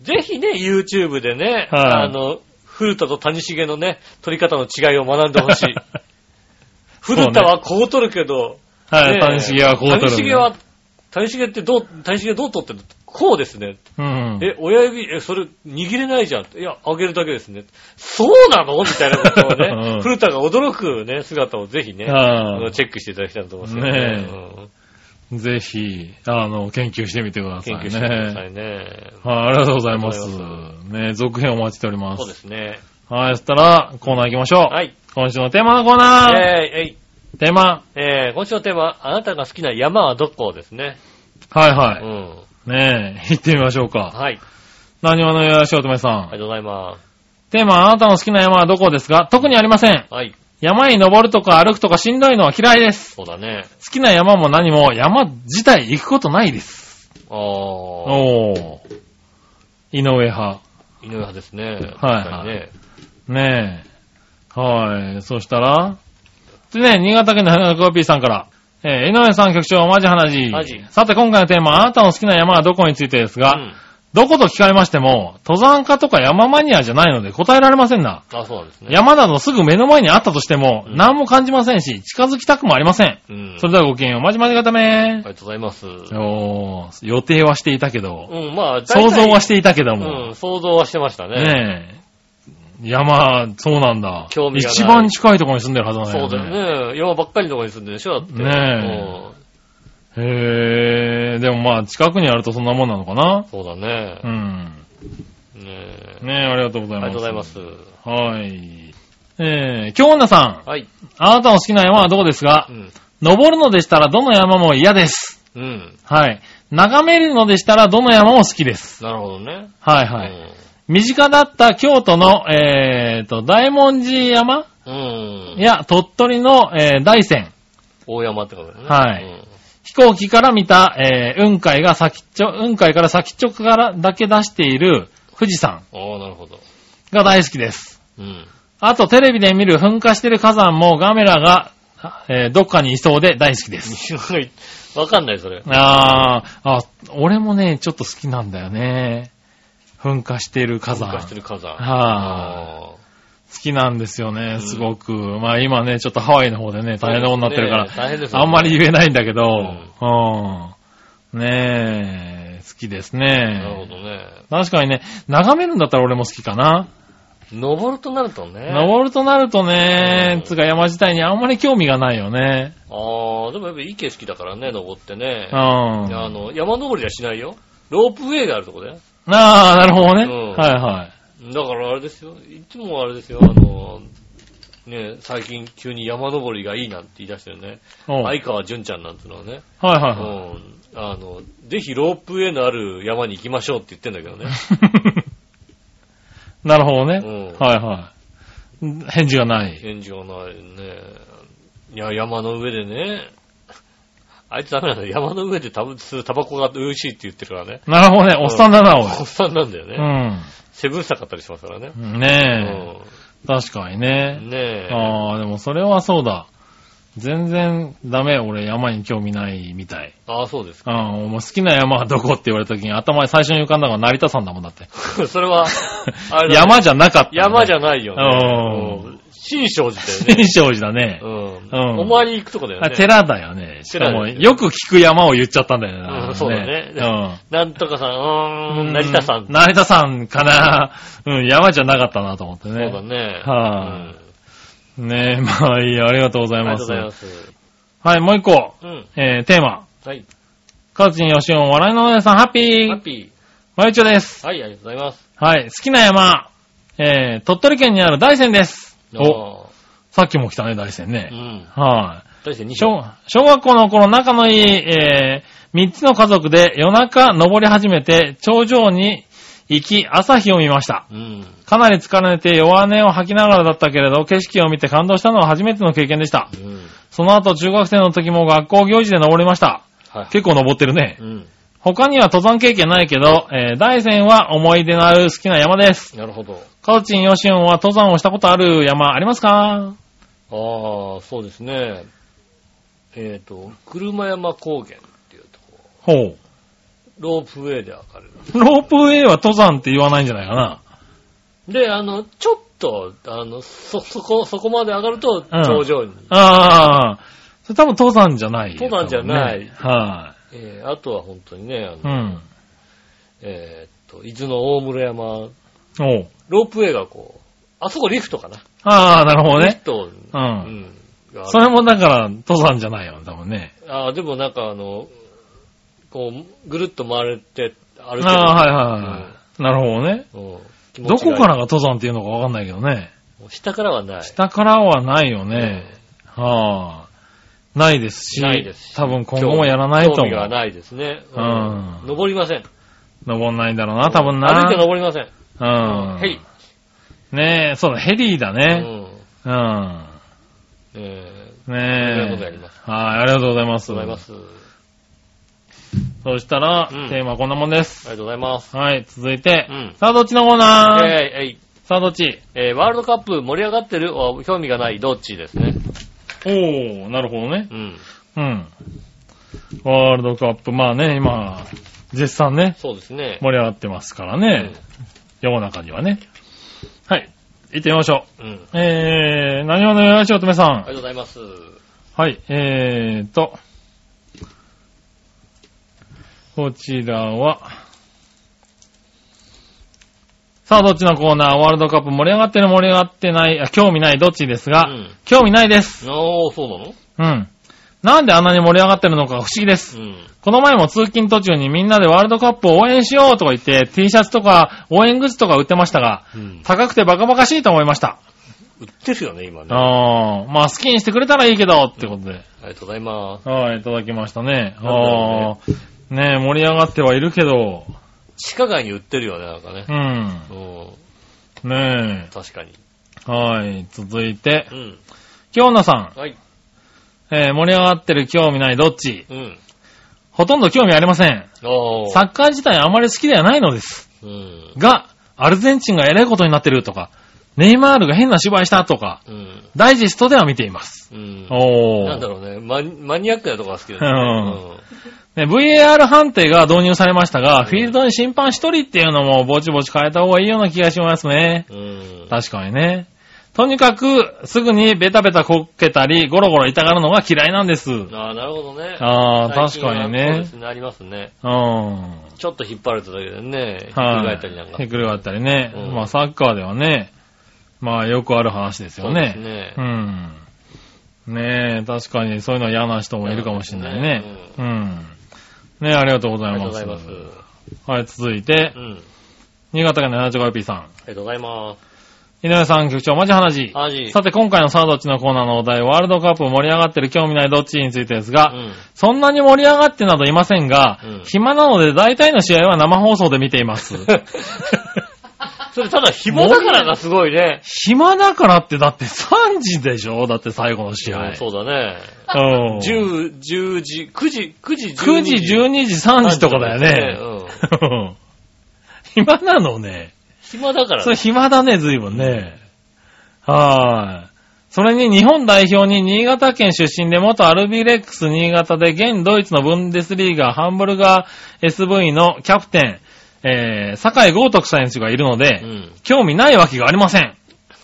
ぜひね、YouTube でね、はいあの、古田と谷繁のね、取り方の違いを学んでほ (laughs) しい。古田はこう取るけど、はねい、え谷繁はこう取る。谷繁、は、谷繁ってどう、谷繁どう取ってるのこうですね。うん。え、親指、え、それ、握れないじゃん。いや、上げるだけですね。そうなのみたいなことを (laughs) うんね、古田が驚くね、姿をぜひね、ああのチェックしていただきたいと思いますよね。ねえうんあぜひ、あの、研究してみてください研究ね。してくださいね。はい、ありがとうございますありがとうござい。ね続編お待ちしておりま。そうですすね。はい、そしたら、コーナー行きましょう。はい。今週のテーマのコーナー、えいえいテーマえー今週のテーマ、あなたが好きな山はどこですね。はいはうい。ん。ねえ、行ってみましょうか。はい。何話のよしおとめさん。ありがとうございまテーマ、あなたの好きな山はどこですか特にありません。す。はい。山に登るとか歩くとかしんどいのは嫌いです。そうだね。好きな山も何も山自体行くことないです。ああ、おー。井上派。犬派ですね。確はいかにね。ねえ。はい。そしたら、でね、新潟県の花コピーさんから、えー井上さん局長、マジ花じマジさて今回のテーマ、あなたの好きな山はどこについてですが、うんどこと聞かれましても、登山家とか山マニアじゃないので答えられませんな。あ、そうなんですね。山などすぐ目の前にあったとしても、うん何も感じませんし、近づきたくもありません。うん。それではごきげんよう。まじまじがたあめりがとうございます。おー、予定はしていたけど、うん、まあ、想像はししていたけどうも、ん、想像はしてましたね。ねえ、山、そうなんだ。興味がない一番近いところに住んでるはずなそのうだね。よね。山ばっかりのとこに住んでるでしょだって。ねえへえ、でもまあ近くにあるとそんなもんなのかなうんそうだねう。ん。ねえ。ねえ、ありがとうござあいります。がとうございます。はい。えー、京女さん、はい。あなたの好きな山はどこですがう、ん。登るのでしたらどの山も嫌です。うん。はい。眺めるのでしたらどの山も好きです。なるほどね。はいはい。身近だった京都の、えーと、大文字山うん。うん。や鳥取の、えー大山。大山ってことだよね。はいうん飛行機から見た、えー雲海が先っちょ、雲海から先っちょからだけ出している富士山ああ、なるほど。が大好きです。うん。あと、テレビで見る噴火してる火山もガメラが、えーどっかにいそうで大好 (laughs) きです。わかんない、それ。あーあ、俺もね、ちょっと好きなんだよね。噴火してる火山。噴火してる火山。はあ好きなんですよねう、んすごく。まあ今ね、ちょっとハワイの方でね、ー。大変なことになってるから、ねえ大変ですよねあんまり言えないんだけど、うん。ねえ、好きですなるほね。どね。確かにね、眺めるんだったら俺も好きかな。登るとなるとね。登るとなるとねう、んつうか山自体にあんまり興味がないよね。ああ、でもやっぱいい景色だからね、登ってね。うん。いやああの、山登りはしないよ。ロープウェイがあるとこだよ。あー、なるほどね。うんはいはい。だからあれですよ。いつもあれですよ。あの、ね、最近急に山登りがいいなんて言い出してるね。おうはい相川純ちゃんなんてのはね。はいうはん。あの、ぜひロープウェイのある山に行きましょうって言ってんだけどね。い。 (laughs) なるほどね。うんはいはい。返事がない。返事がないね。いや、山の上でね。あいつダメなんだよ。山の上でタバタバコが美味しいって言ってるからね。なるほどね、おっさんだな、おい。おっさんなんだよね。うん。セブンスター買ったりしますからね。うんねえ、確かにね。ねえ。ああ、でもそれはそうだ。全然ダメ、俺山に興味ないみたい。ああ、そうですか。ああ、もう好きな山はどこって言われた時に頭に最初に浮かんだのが成田山だもんだって。 (laughs) それは、あれだね山じゃなかった、山じゃ、ゃないよね。ううん新勝寺だよ天ね。正寺だね。うんうんお参り行くとこだよあね。寺だよね。しか寺も、ですよく聞く山を言っちゃったんだよね。うんそうだねうん。なんとかさん、うーん、成田さん。う成田山かな。うん、山じゃなかったなと思ってそうね。だね。はいうんねえ、まあいいや、ありがとうござあいりがまとうす。ございます。はい、もう一個。うん。えー、テーマ。はい。カズチン、ヨシオン、笑いのお姉さん、ハッピハッー。ピまゆちょです。ー。はい、ありがとうございます。はい、好きな山、えー、鳥取県にある大山です。お、おさっきも来たね、大山うね。ん。は大して2い。小、小学校の頃仲のいい、えー、三つの家族で夜中登り始めて、頂上に行き、朝日を見ました。うん。かなり疲れて弱音を吐きながらだったけれど、景色を見て感動したのは初めての経験でした。うん。その後、中学生の時も学校行事で登りました。はい。結構登ってるね。うん。他には登山経験ないけど、えー大山は思い出のある好きな山です。なるほど。カオチン、ヨシオンは登山をしたことある山ありますかああ、そうですね。えっ、と、車山高原っていうとこほう。ろ、ロープウェイで上がる。ロープウェイは登山って言わないんじゃないかな。で、あの、ちょっと、あの、そ、そこ、そこまで上がると、うん頂上に。ああ、それ多分登山じゃないよ。登山じゃない多分ねはえーあとは本当にね、あの、い、うん。えーっと、伊豆の大室山、おう。ロープウェイがこう、あそこリフトかな。ああ、なるほどリフね。ト、う。うんん。がそれもだから、登山じゃないよね、多分ね。あーでもなんかあの、こう、ぐるっと回れて歩ける。ああ、はいはいはい。なるほどね。うん。気持どちがいこいからが登山っていうのかわかんないけどね。下からはない。下からはないよね。えはあ。ないですし、ないですし多分今後もやらないと思興味がう。ないですね。うん登りません。登んないんだろうな、多分な。歩いて登りません。うん。ヘリ。ねえ、そうだ、ヘリだうね。ん。うん。えーそういうねことやえります。はい、ありがとうございます。ございます。あそしたら、うんテーマはこんなもんですり。がとうございます。はい、続いて、うんさあどっちのコーえナーー、えいさあどっちえーワールドカップ盛り上がってる、お興味がない、どっちですね。おー、なるほどね。うん。うん。ワールドカップ、まあね、今、絶賛ね、そうですね。盛り上がってますからね、世の中にはね。はい、行ってみましょうん。うんう。えー、何話のよやしおとめさん。ありがとうございます。はい、えーと、こちらは、さあ、どっちのコーナーワールドカップ盛り上がってる盛り上がってない、あ興味ないどっちですが、うん興味ないです。おー、そうなのうん。なんであんなに盛り上がってるのか不思議です。うん。この前も通勤途中にみんなでワールドカップを応援しようとか言って T シャツとか応援グッズとか売ってましたが、うん。高くてバカバカしいと思いました。売ってるよね、今ね。ああー、まあ好きにしてくれたらいいけど、ってことで。りがとうございます。はい、いただきましたね。なんだろああ、ねえ、盛り上がってはいるけど、地下街に売ってるよね、なんかねう。ん、うん。ね確かに。え。はい、続いてう、ん。京奈さはい。ん、えー盛り上がってる興味ないどっちうん。ほとんど興味ありません。おー。サッカー自体あまり好きではないのです。うん。が、アルゼンチンが偉いことになってるとか、ネイマールが変な芝居したとか、うん。ダイジェストでは見ています。うん。おなんだー。ろうね。マニマニアックなとこが好きですね。うんね、VAR 判定が導入されましたが、んフィールドに審判一人っていうのもぼちぼち変えた方がいいような気がしますね。うん。うん。確かにね。とにかく、すぐにベタベタこけたり、ゴロゴロ痛がるのが嫌いなんです。ああ、なるほどね。ああ、最確近はかにそうでねす。ね。ありますね。うん。はちょっと引っ張るとだけでね、ひっくいり返ったりなんか。ひっくり返ったりねう。んまあ、サッカーではね、まあ、よくある話ですそようですね。ねう。ん。ねえ、確かにそういうの嫌な人もいるかもしれないね。ううん。ねえ、ありがとうござあいりがとうまござすい。ます。はい、続いてう、ん。新潟県の 75P さん。ありがとうございま井上さん、局長、マジ話。す。アジ。さて、今回のサードっちのコーナーのお題、ワールドカップ盛り上がってる興味ないどっちについてですが、うん。そんなに盛り上がってなどいませんが、うん暇なので大体の試合は生放送で見て (laughs) います。それただ紐だからがすごいね。暇だからってだって3時でしょだって最後の試うん合。そうだね。うん10、10時、9時、9時、 9時、 12 12時、3時とかだよね。うん (laughs) 暇なのね。暇だからそれ暇だね、随分ね。はーい。それに日本代表に新潟県出身で元アルビレックス新潟で現ドイツのブンデスリーガーハンブルガー SV のキャプテン、えー、坂井豪徳選手がいるので、うん。興味ないわけがありません。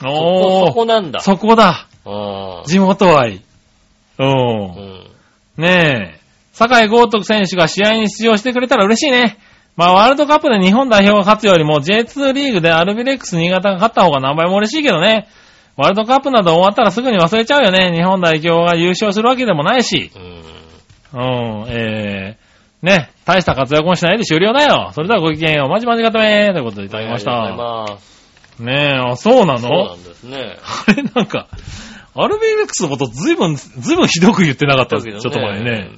そこ、そおこー。なんだ。そこだ。あー地元愛。う。うんん。ねえ。坂井豪徳選手が試合に出場してくれたら嬉しいね。まあ、ワールドカップで日本代表が勝つよりも J2 リーグでアルビレックス新潟が勝った方が何倍も嬉しいけどね。ワールドカップなど終わったらすぐに忘れちゃうよね。日本代表が優勝するわけでもないし。うん。うん、えー、ね、大した活躍もしないで終了だよ。それではごきげんよう。まじまじがためということでいただきましありがとうごた。ざいます。ねえ、あ、そうなのそうなんですね。あれなんか、アルビレックスのことずいぶん、ずいぶんひどく言ってなかったですだけどちょっと前にね。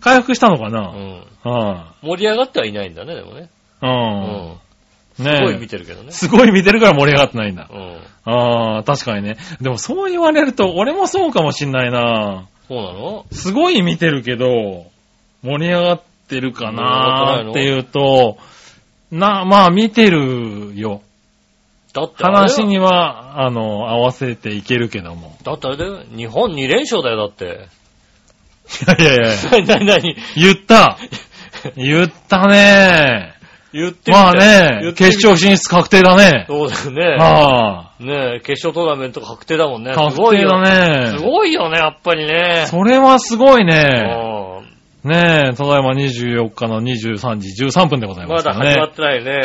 回復したのかう。なんはい、盛り上がってはいないんだね、でもね。う。うんん。すごいね見てるけどね。すごい見てるから盛り上がってないんだ。うん。ああ、確かにね。でもそう言われると、俺もそうかもしんないな。そうなのすごい見てるけど、盛り上がってるかなーっていうと、な、まあ見てるよ。だってあれだよ話には、あの、合わせていけるけども。だってあれだよ。日本2連勝だよ、だって。いやいやいや、 (laughs) なになに言った言ったね言ってみてまあね、決。言ってみて勝進出確定だね。そうだよね。ああ、ねえ、決勝トーナメント確定だもんね。確すごい定よだすね。ごいよね、やっぱりね。 (laughs) それはすごい (laughs) ね。うんねえ、ただいま24日の23時13分でございまますかだらね。始まってないね。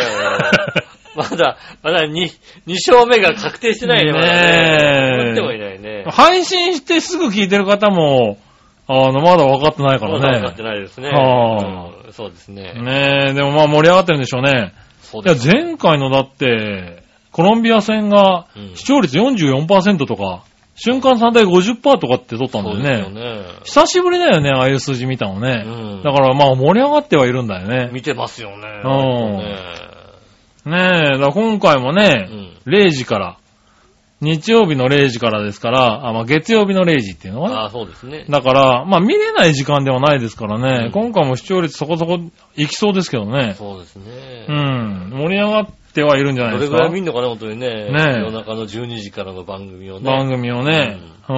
(laughs) まだ、まだ 2, 2勝目が確定してないね、まだねえ打ってもいないね。配信してすぐ聞いてる方も、あの、まだ分かってないかまだ分からってないですね。はうんそうですね。ね。ねえ、でもまあ盛り上がってるんでしょうね。そういやで、すね。前回のだって、コロンビア戦がうん視聴率44%とか、瞬間最大50%とかって取ったんだそようですよね。ね。久しぶりだよね、ああいう数字見たのね。うんだからまあ盛り上がってはいるんだよね。見てますよね。うんねねえ、だから今回もえねう、ん。 0時から、日曜日の0時からですから、あ、まあ月曜日の0時っていうのはね。ああ、そうですね。だから、まあ見れない時間ではないですからね、うん今回も視聴率そこそこいきそうですけどね。そうですうね。ん。盛り上がってはいるんじゃなどいでれすぐからい。見んのかね、本当にね。ねえ夜中の12時からの番組をね。番組をね、う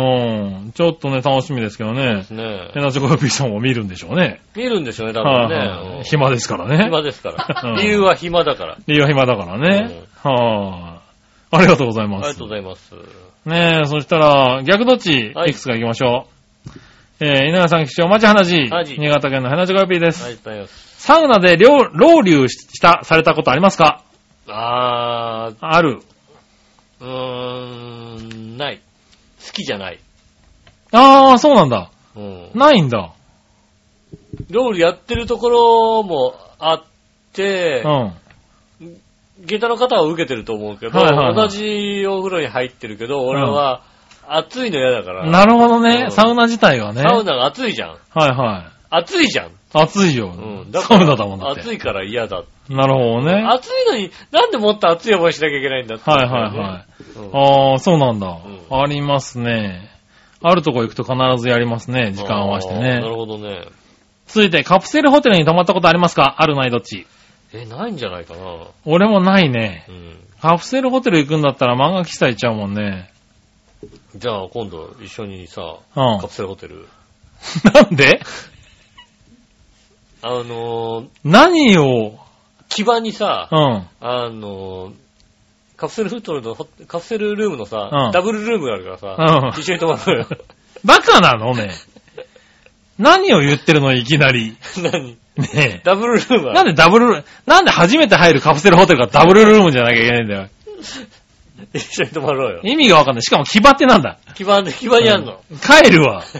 ん。ちょっとね、楽しみですけどね。組。ねヘナチョコヨピーさんも見るんでしょうね。見るんでしょうね、多分はいね。はい。うん暇ですからね。暇ですからう。ん理由は暇だから。理由は暇だからね。はい。ありがとうございありまがすとう。ございます。ねえ、そしたら、逆どっち、はいい、くつか行きましょう。えー、稲川さん、吉祥、町花寺花寺新潟県の花地コヨピーです。ありがとうございます。サウナで料老流した、されたことありますかあある。ー、うーん、ない。好きじゃない。ああ、そうなんだ。うん。ないんだ。料理やってるところもあっうてん。、は下駄の方は受けてると思うけど、はいはい同はいじお風呂に入ってるけど、俺は暑いの嫌だから。なるほどうね。んサウナ自体がね。サウナが暑いじゃん。はいはい。暑いじゃん。暑いよ。うん。サウナだもんだって。暑いから嫌だ。なるほどね。はい暑いのに、なんでもっと暑い思いしなきゃいけないんだって、。はいはいうんい。ああ、そうなんだ、んありますね。あるとこ行くと必ずやりますね。時間合わせてあーなるね。ほどね。続いて、カプセルホテルに泊まったことありますかあるないどっちえ、ないんじゃないかな。俺もないね。うん。カプセルホテル行くんだったら漫画喫茶行っちゃうもんね。じゃあ今度一緒にさ、うん。カプセルホテル。 (laughs) なんであのー、何を、基盤にさう、ん。あのー、カプセルフットルのホ、カプセルルームのさ、うんダブルルームがあるからさ、うん一緒に泊まろうよ。 (laughs) バカなのね。何を言ってるのいきなり。何ねダブルルームえ。あなんるでダブル、なんで初めて入るカプセルホテルがダブルルームじゃなきゃいけないんだよ。一緒に泊まろうよ。意味がわかんない。しかも牙手なんだ。基盤で、基盤にあんの。帰るわ。 (laughs)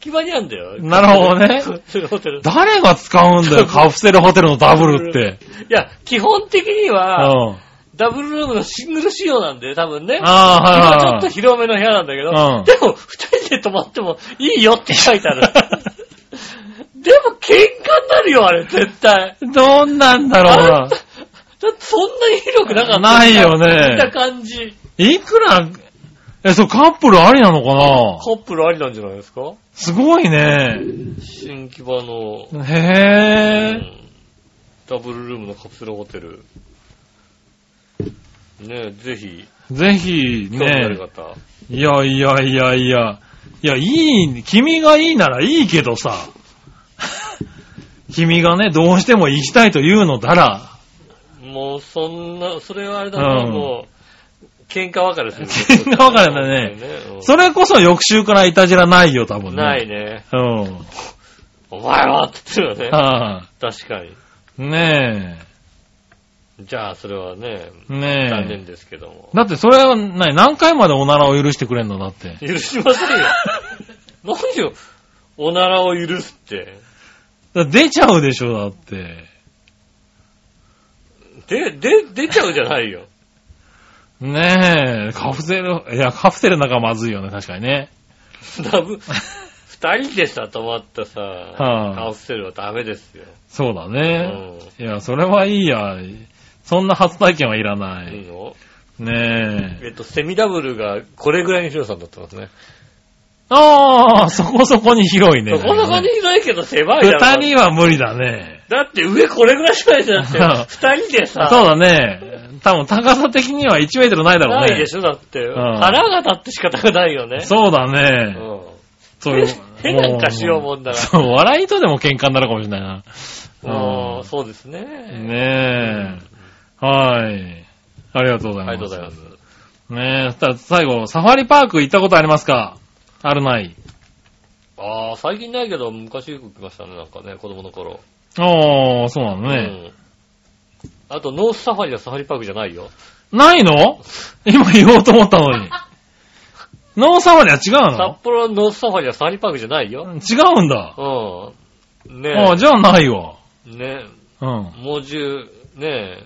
基盤にあんだよ。なるほどねカプセルホテル。誰が使う (laughs) んだよ、カプセルホテルのダブルって。いや、基本的にうん。は、あダブルルームのシングル仕様なんで、多分ね。今あちょー、はいはいっはと広めの部屋なんだけど、うんでも二人で泊まってもいいよって書い (laughs) てある。でも喧嘩になるよ、あれ、絶対。い。どんなんだろうあんなた。だってそんなに広くなかった。ないよね見た感じ。いくら、え、そう、カップルありなのかなカップルありなんじゃないですかすごいね。新木場の、うへえ。んダブルルームのカプセルホテル。ねえ、ぜひ、ぜひ、興味あねる。方。いやいやいやいや。いや、いい、君がいいならいいけどさ。 (laughs) 君がね、どうしても行きたいと言うのだら、もうそんな、それはあれだな、うんもう、喧嘩別れする。 (laughs) 喧嘩別れだねうんそれこそ翌週からいたじらないよ、多分ね。ない。ね。うん。お前はって言ってるよね。は確かに。い。ねじゃあ、それはね、え。ねえ。残念ですけども。だってそれはない、何回までおならを許してくれんのだって。許しませんよ。何よ、おならを許すって。だ出ちゃうでしょ、だって。で、で、出ちゃうじゃないよ。ねえ、カプセル、いや、カプセルなんかまずいよね、確かにね。ダブ、二人でさ、泊まったさ、いカオステルはダメですよ。そうだうね。ん。いや、それはいいや。そんな初体験はいらないいい。のねえ。えっと、セミダブルがこれぐらいの広さになってますね。ああ、そこそこに広いね。そこそこに広いけど狭いじゃん。二人は無理だね。だって上これぐらいしかないじゃんって。二人でそうさ、だね。多分高さ的には1メートルないだろうね。ないでしょだって、ん腹が立って仕方がないよね。そうだね。うん。そういう。変なんかしようもんだなそう、笑いとでも喧嘩になるかもしれないな。あうあ、んそうですね。ねえ。はい。ありがとうございます。ありがとうございます。ねえ、そしたら最後、サファリパーク行ったことありますかあるない。ああ、最近ないけど、昔よく来ましたね、なんかね、子供の頃。ああ、そうなのうね。ん。あと、ノースサファリはサファリパークじゃないよ。ないの今言おうと思ったのに。ノーサファリは違うの札幌のノースサファリはサファリパークじゃないよ。違うんだ。うん。ねああ、じゃあないわ。え、ねうんえ、。猛獣、ねえ、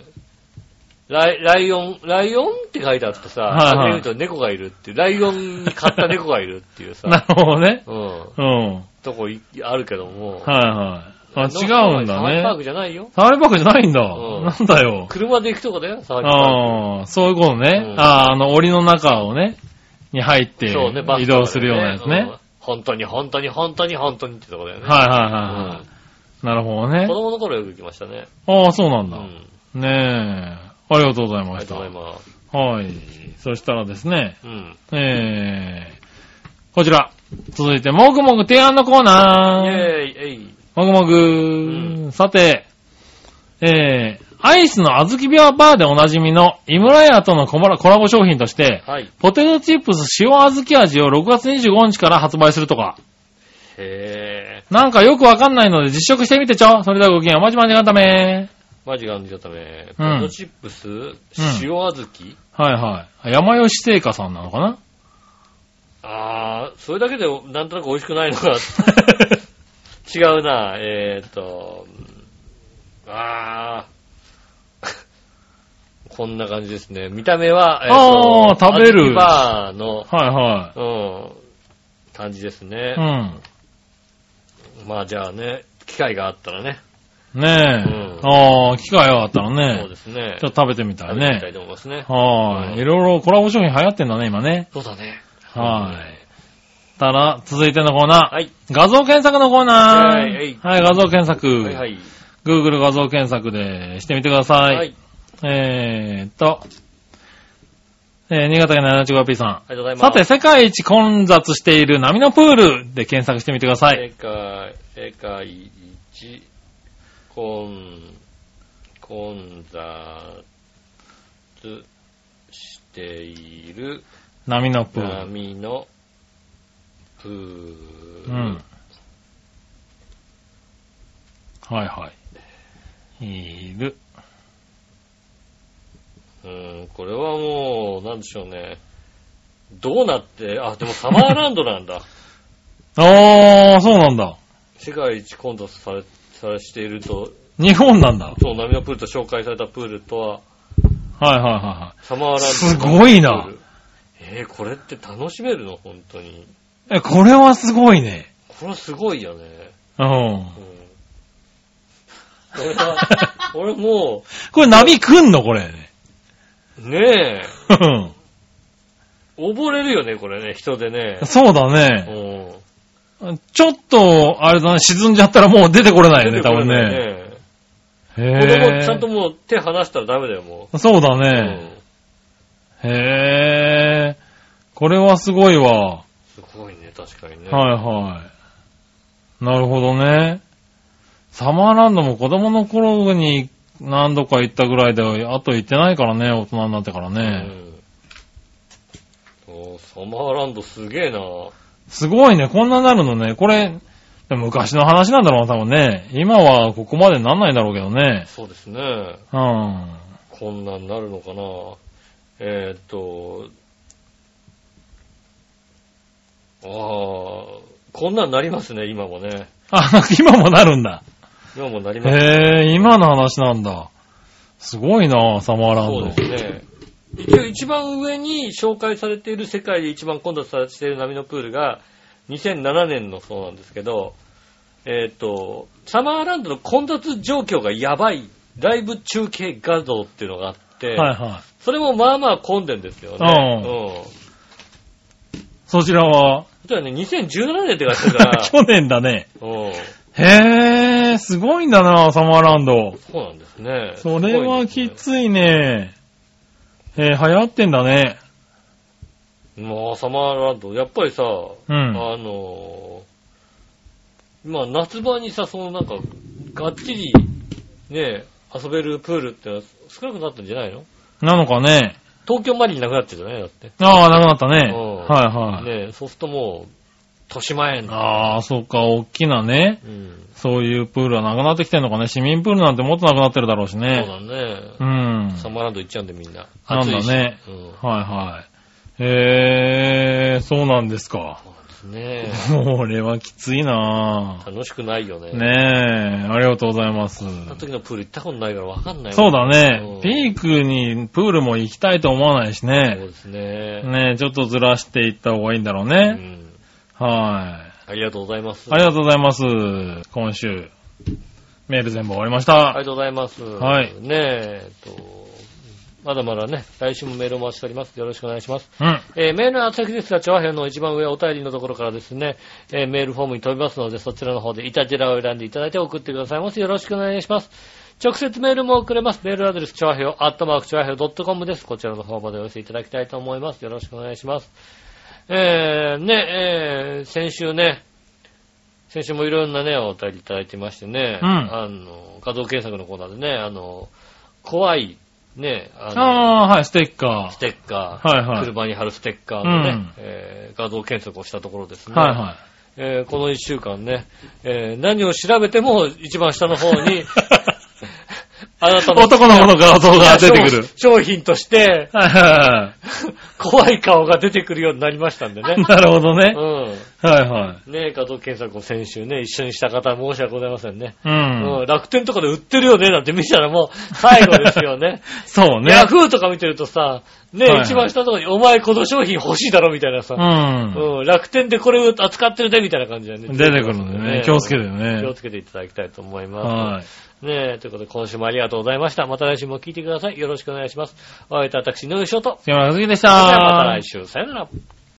ライライオン、ライオンって書いてあってさ、はいはいそれ見ると猫がいるって、ライオンに買った猫がいるって (laughs) いうなさ、るほどね。うん、うん。はいとこいあるけども。はい。あ、ノースサファリ違うんだサファリパーね。クじゃないよ。サファリパークじゃないんだ。うんなんだよ。車で行くとこだよ、サファリパーク。ああ、そういうことね。うんああ、あの、檻の中をね、に入ってそうね、バス移とかでね動するようなやつね。うん本当に本当に本当に本当にってとこだよね。はいはいはいはい。なるほどうんね子。供の頃よく行きましたね。ああ、そうなんうだ。ん。ねえ。ありがとうございあまりがしとた。うございます。はい。そしたらですね、うん。えー、こちら。続いて、もぐもぐ提案のコーイェーナー。イ、えい。もぐもぐ、さて、えー、アイスの小豆ビアバーでおなじみの、井村屋とのコラコラボ商品として、はい。ポテトチップス塩小豆味を6月25日から発売するとか。へなんかよくわかんないので実食してみてちょ。それではごきげんよう。お待ちまんじがたぇめ。ー。マジがんじだったね。ポうんテトチップス、塩小豆はいはい。山吉製菓さんなのか (laughs) なあー、それだけでなんとなく美味しくないの (laughs) が違うな。えーっと、うんあー。 (laughs) こんな感じですね。見た目は、あー食べる小豆バーの、はいはうん。感じですねい。う。ん。まあじゃあね、機会があったらね。ねえ。うんああ、機会があったらそうねで。すね。ちょっと食べてみたい食べてみたね。いと思いますね。はうーんい。いろいろコラボ商品流行ってんだね、今ね。そうだね。はーい。たら、続いてのコーナー。はい。画像検索のコーナー。はいはいはい、画像検索。はいはい。 Google 画像検索でしてみてください。はい。えーっと、えー新潟県 75P さありがとうございまん。す。さて、、世界一混雑している波のプールで検索してみてください。世界、世界一、こん、こんざつしている波のプール。波のプーうル。ん。はいはい。いる。うんこれはもう、なんでしょうね。どうなって、あ、でもサマーランドなんだ。 (laughs) あー、そうなんだ。世界一混雑され、されしていると、日本なんだ。はいそう、波のプールと紹介されたプールとは、はいはいはサマーランド。すごいな。えー、これって楽しめるの本当に。い。え、これはすごいね。これはすごいよね。うんうん。俺は、俺もこれ波来んのこれ。う、ねえ、うん溺れるよね、これね、人でね。そうだね。うん。ちょっと、あれだね、沈んじゃったらもう出てこれないよね、出て多これ分ないね。ね。子へ供ちゃんともう手離したらダメだよ、もぇそうだう。うね。ん。へぇこれはすごいわ。すごいね、確かにね。はいはい。なるほどね。サマーランドも子供の頃に何度か行ったぐらいで、あと行ってないからね、大人になってからうね。ん。そうサマーランドすげえな。すごいね、こんなになるのね。これ、でも昔の話なんだろうな、多分ね。今はここまでなんないんだろうけどね。そうですね。うん。こんなんなるのかなえーっと、ああ、こんなんなりますね、今もね。あ、 (laughs) 今もなるんだ。今もなります。へえ、今の話なんだ。すごいなサマーランそド。うですね。一応一番上に紹介されている世界で一番混雑されている波のプールが、 2007年のそうなんですけど、えっ、と、サマーランドの混雑状況がやばいライブ中継画像っていうのがあって、はいはそれもまあまあ混んでんですよね。うん。い。そちらは、、じゃあね、2017年って書いてたから (laughs) 去年だね。うん。へー、すごいんだな、サマーランド。そうなんですね。それはすごいきですついね。えー、流行ってんだね。ね。まあ、サマーランド、やっぱりさ、うん。あのーまあ夏場にさ、そのなんか、がっちり、ね、遊べるプールってのは少なくなったんじゃないのなのかね。東京マリンなくなっちゃったね、だって。ああ、なくなったね。うんはいはい。ねそうするともう、豊島園だ。ああ、そうか、大きなね、うん。そういうプールはなくなってきてんのかね。市民プールなんてもっとなくなってるだろうしそうね。だね。うん。サマーランド行っちゃうんでみんな。なん暑いだし。ね。うん。はいはい。へー、そうなんですか。そうですねこれはきついな楽しくないよね。ぁ。ねえ、ありがとうございます。その時のプール行ったことないからわかんないそうだだうねん。ピークにプールも行きたいと思わないしそうね。ですね。ねえ、ちょっとずらしていった方がいいんだろううね。ん。はい。ありがとうございます。ありがとうございます。今週、メール全部終わりましありがた。とうございます。はいねえ、えっと、まだまだね、来週もメールを回しております。よろしくお願いします。うん。えーメールの宛先ですが、調和編の一番上お便りのところからですね、えーメールフォームに飛びますので、そちらの方でイタジェラを選んでいただいて送ってくださいます。よろしくお願いします。直接メールも送れます。メールアドレス、調和表、アットマーク、調和表 .com です。こちらの方までお寄せいただきたいと思います。よろしくお願いします。えー、ね、えー、先週ね、先週もいろんなね、お便りいただいてましてね、うんあの、画像検索のコーナーでね、あの、怖い、ね、あの、ああ、はい、ステッカステッカー、はいはい車に貼るステッカーのね、うんえー画像検索をしたところですー。ね、はいはえーこの1週間ね、えー何を調べても一番下の方 (laughs) に、 (laughs) あなたい。の男の子の画像が出てくる。商商品として、 (laughs) はいは怖い顔が出てくるようになりましたんでねい。。なるほどね。うはいはい。ん。ね画像検索を先週ね、一緒にした方申し訳ございませんね。う。うんん、楽天とかで売ってるよねなんて見たらもう最後ですよね。そう (laughs) ねヤ。フーとか見てるとさ、ね、はいはい一番下のところに、お前この商品欲しいだろみたいなさ、うん。うん、楽天でこれを扱ってるでみたいな感じだよね。出てくるんでね。気をつけてね気を。つけていただきたいと思いまはす。ねえ、ということで今週もありがとうございました。また来週も聞いてください。よろしくお願いします。お会いいたい私、ノイショと。い。山田和樹でしそれた。ではまた来週、さよなら。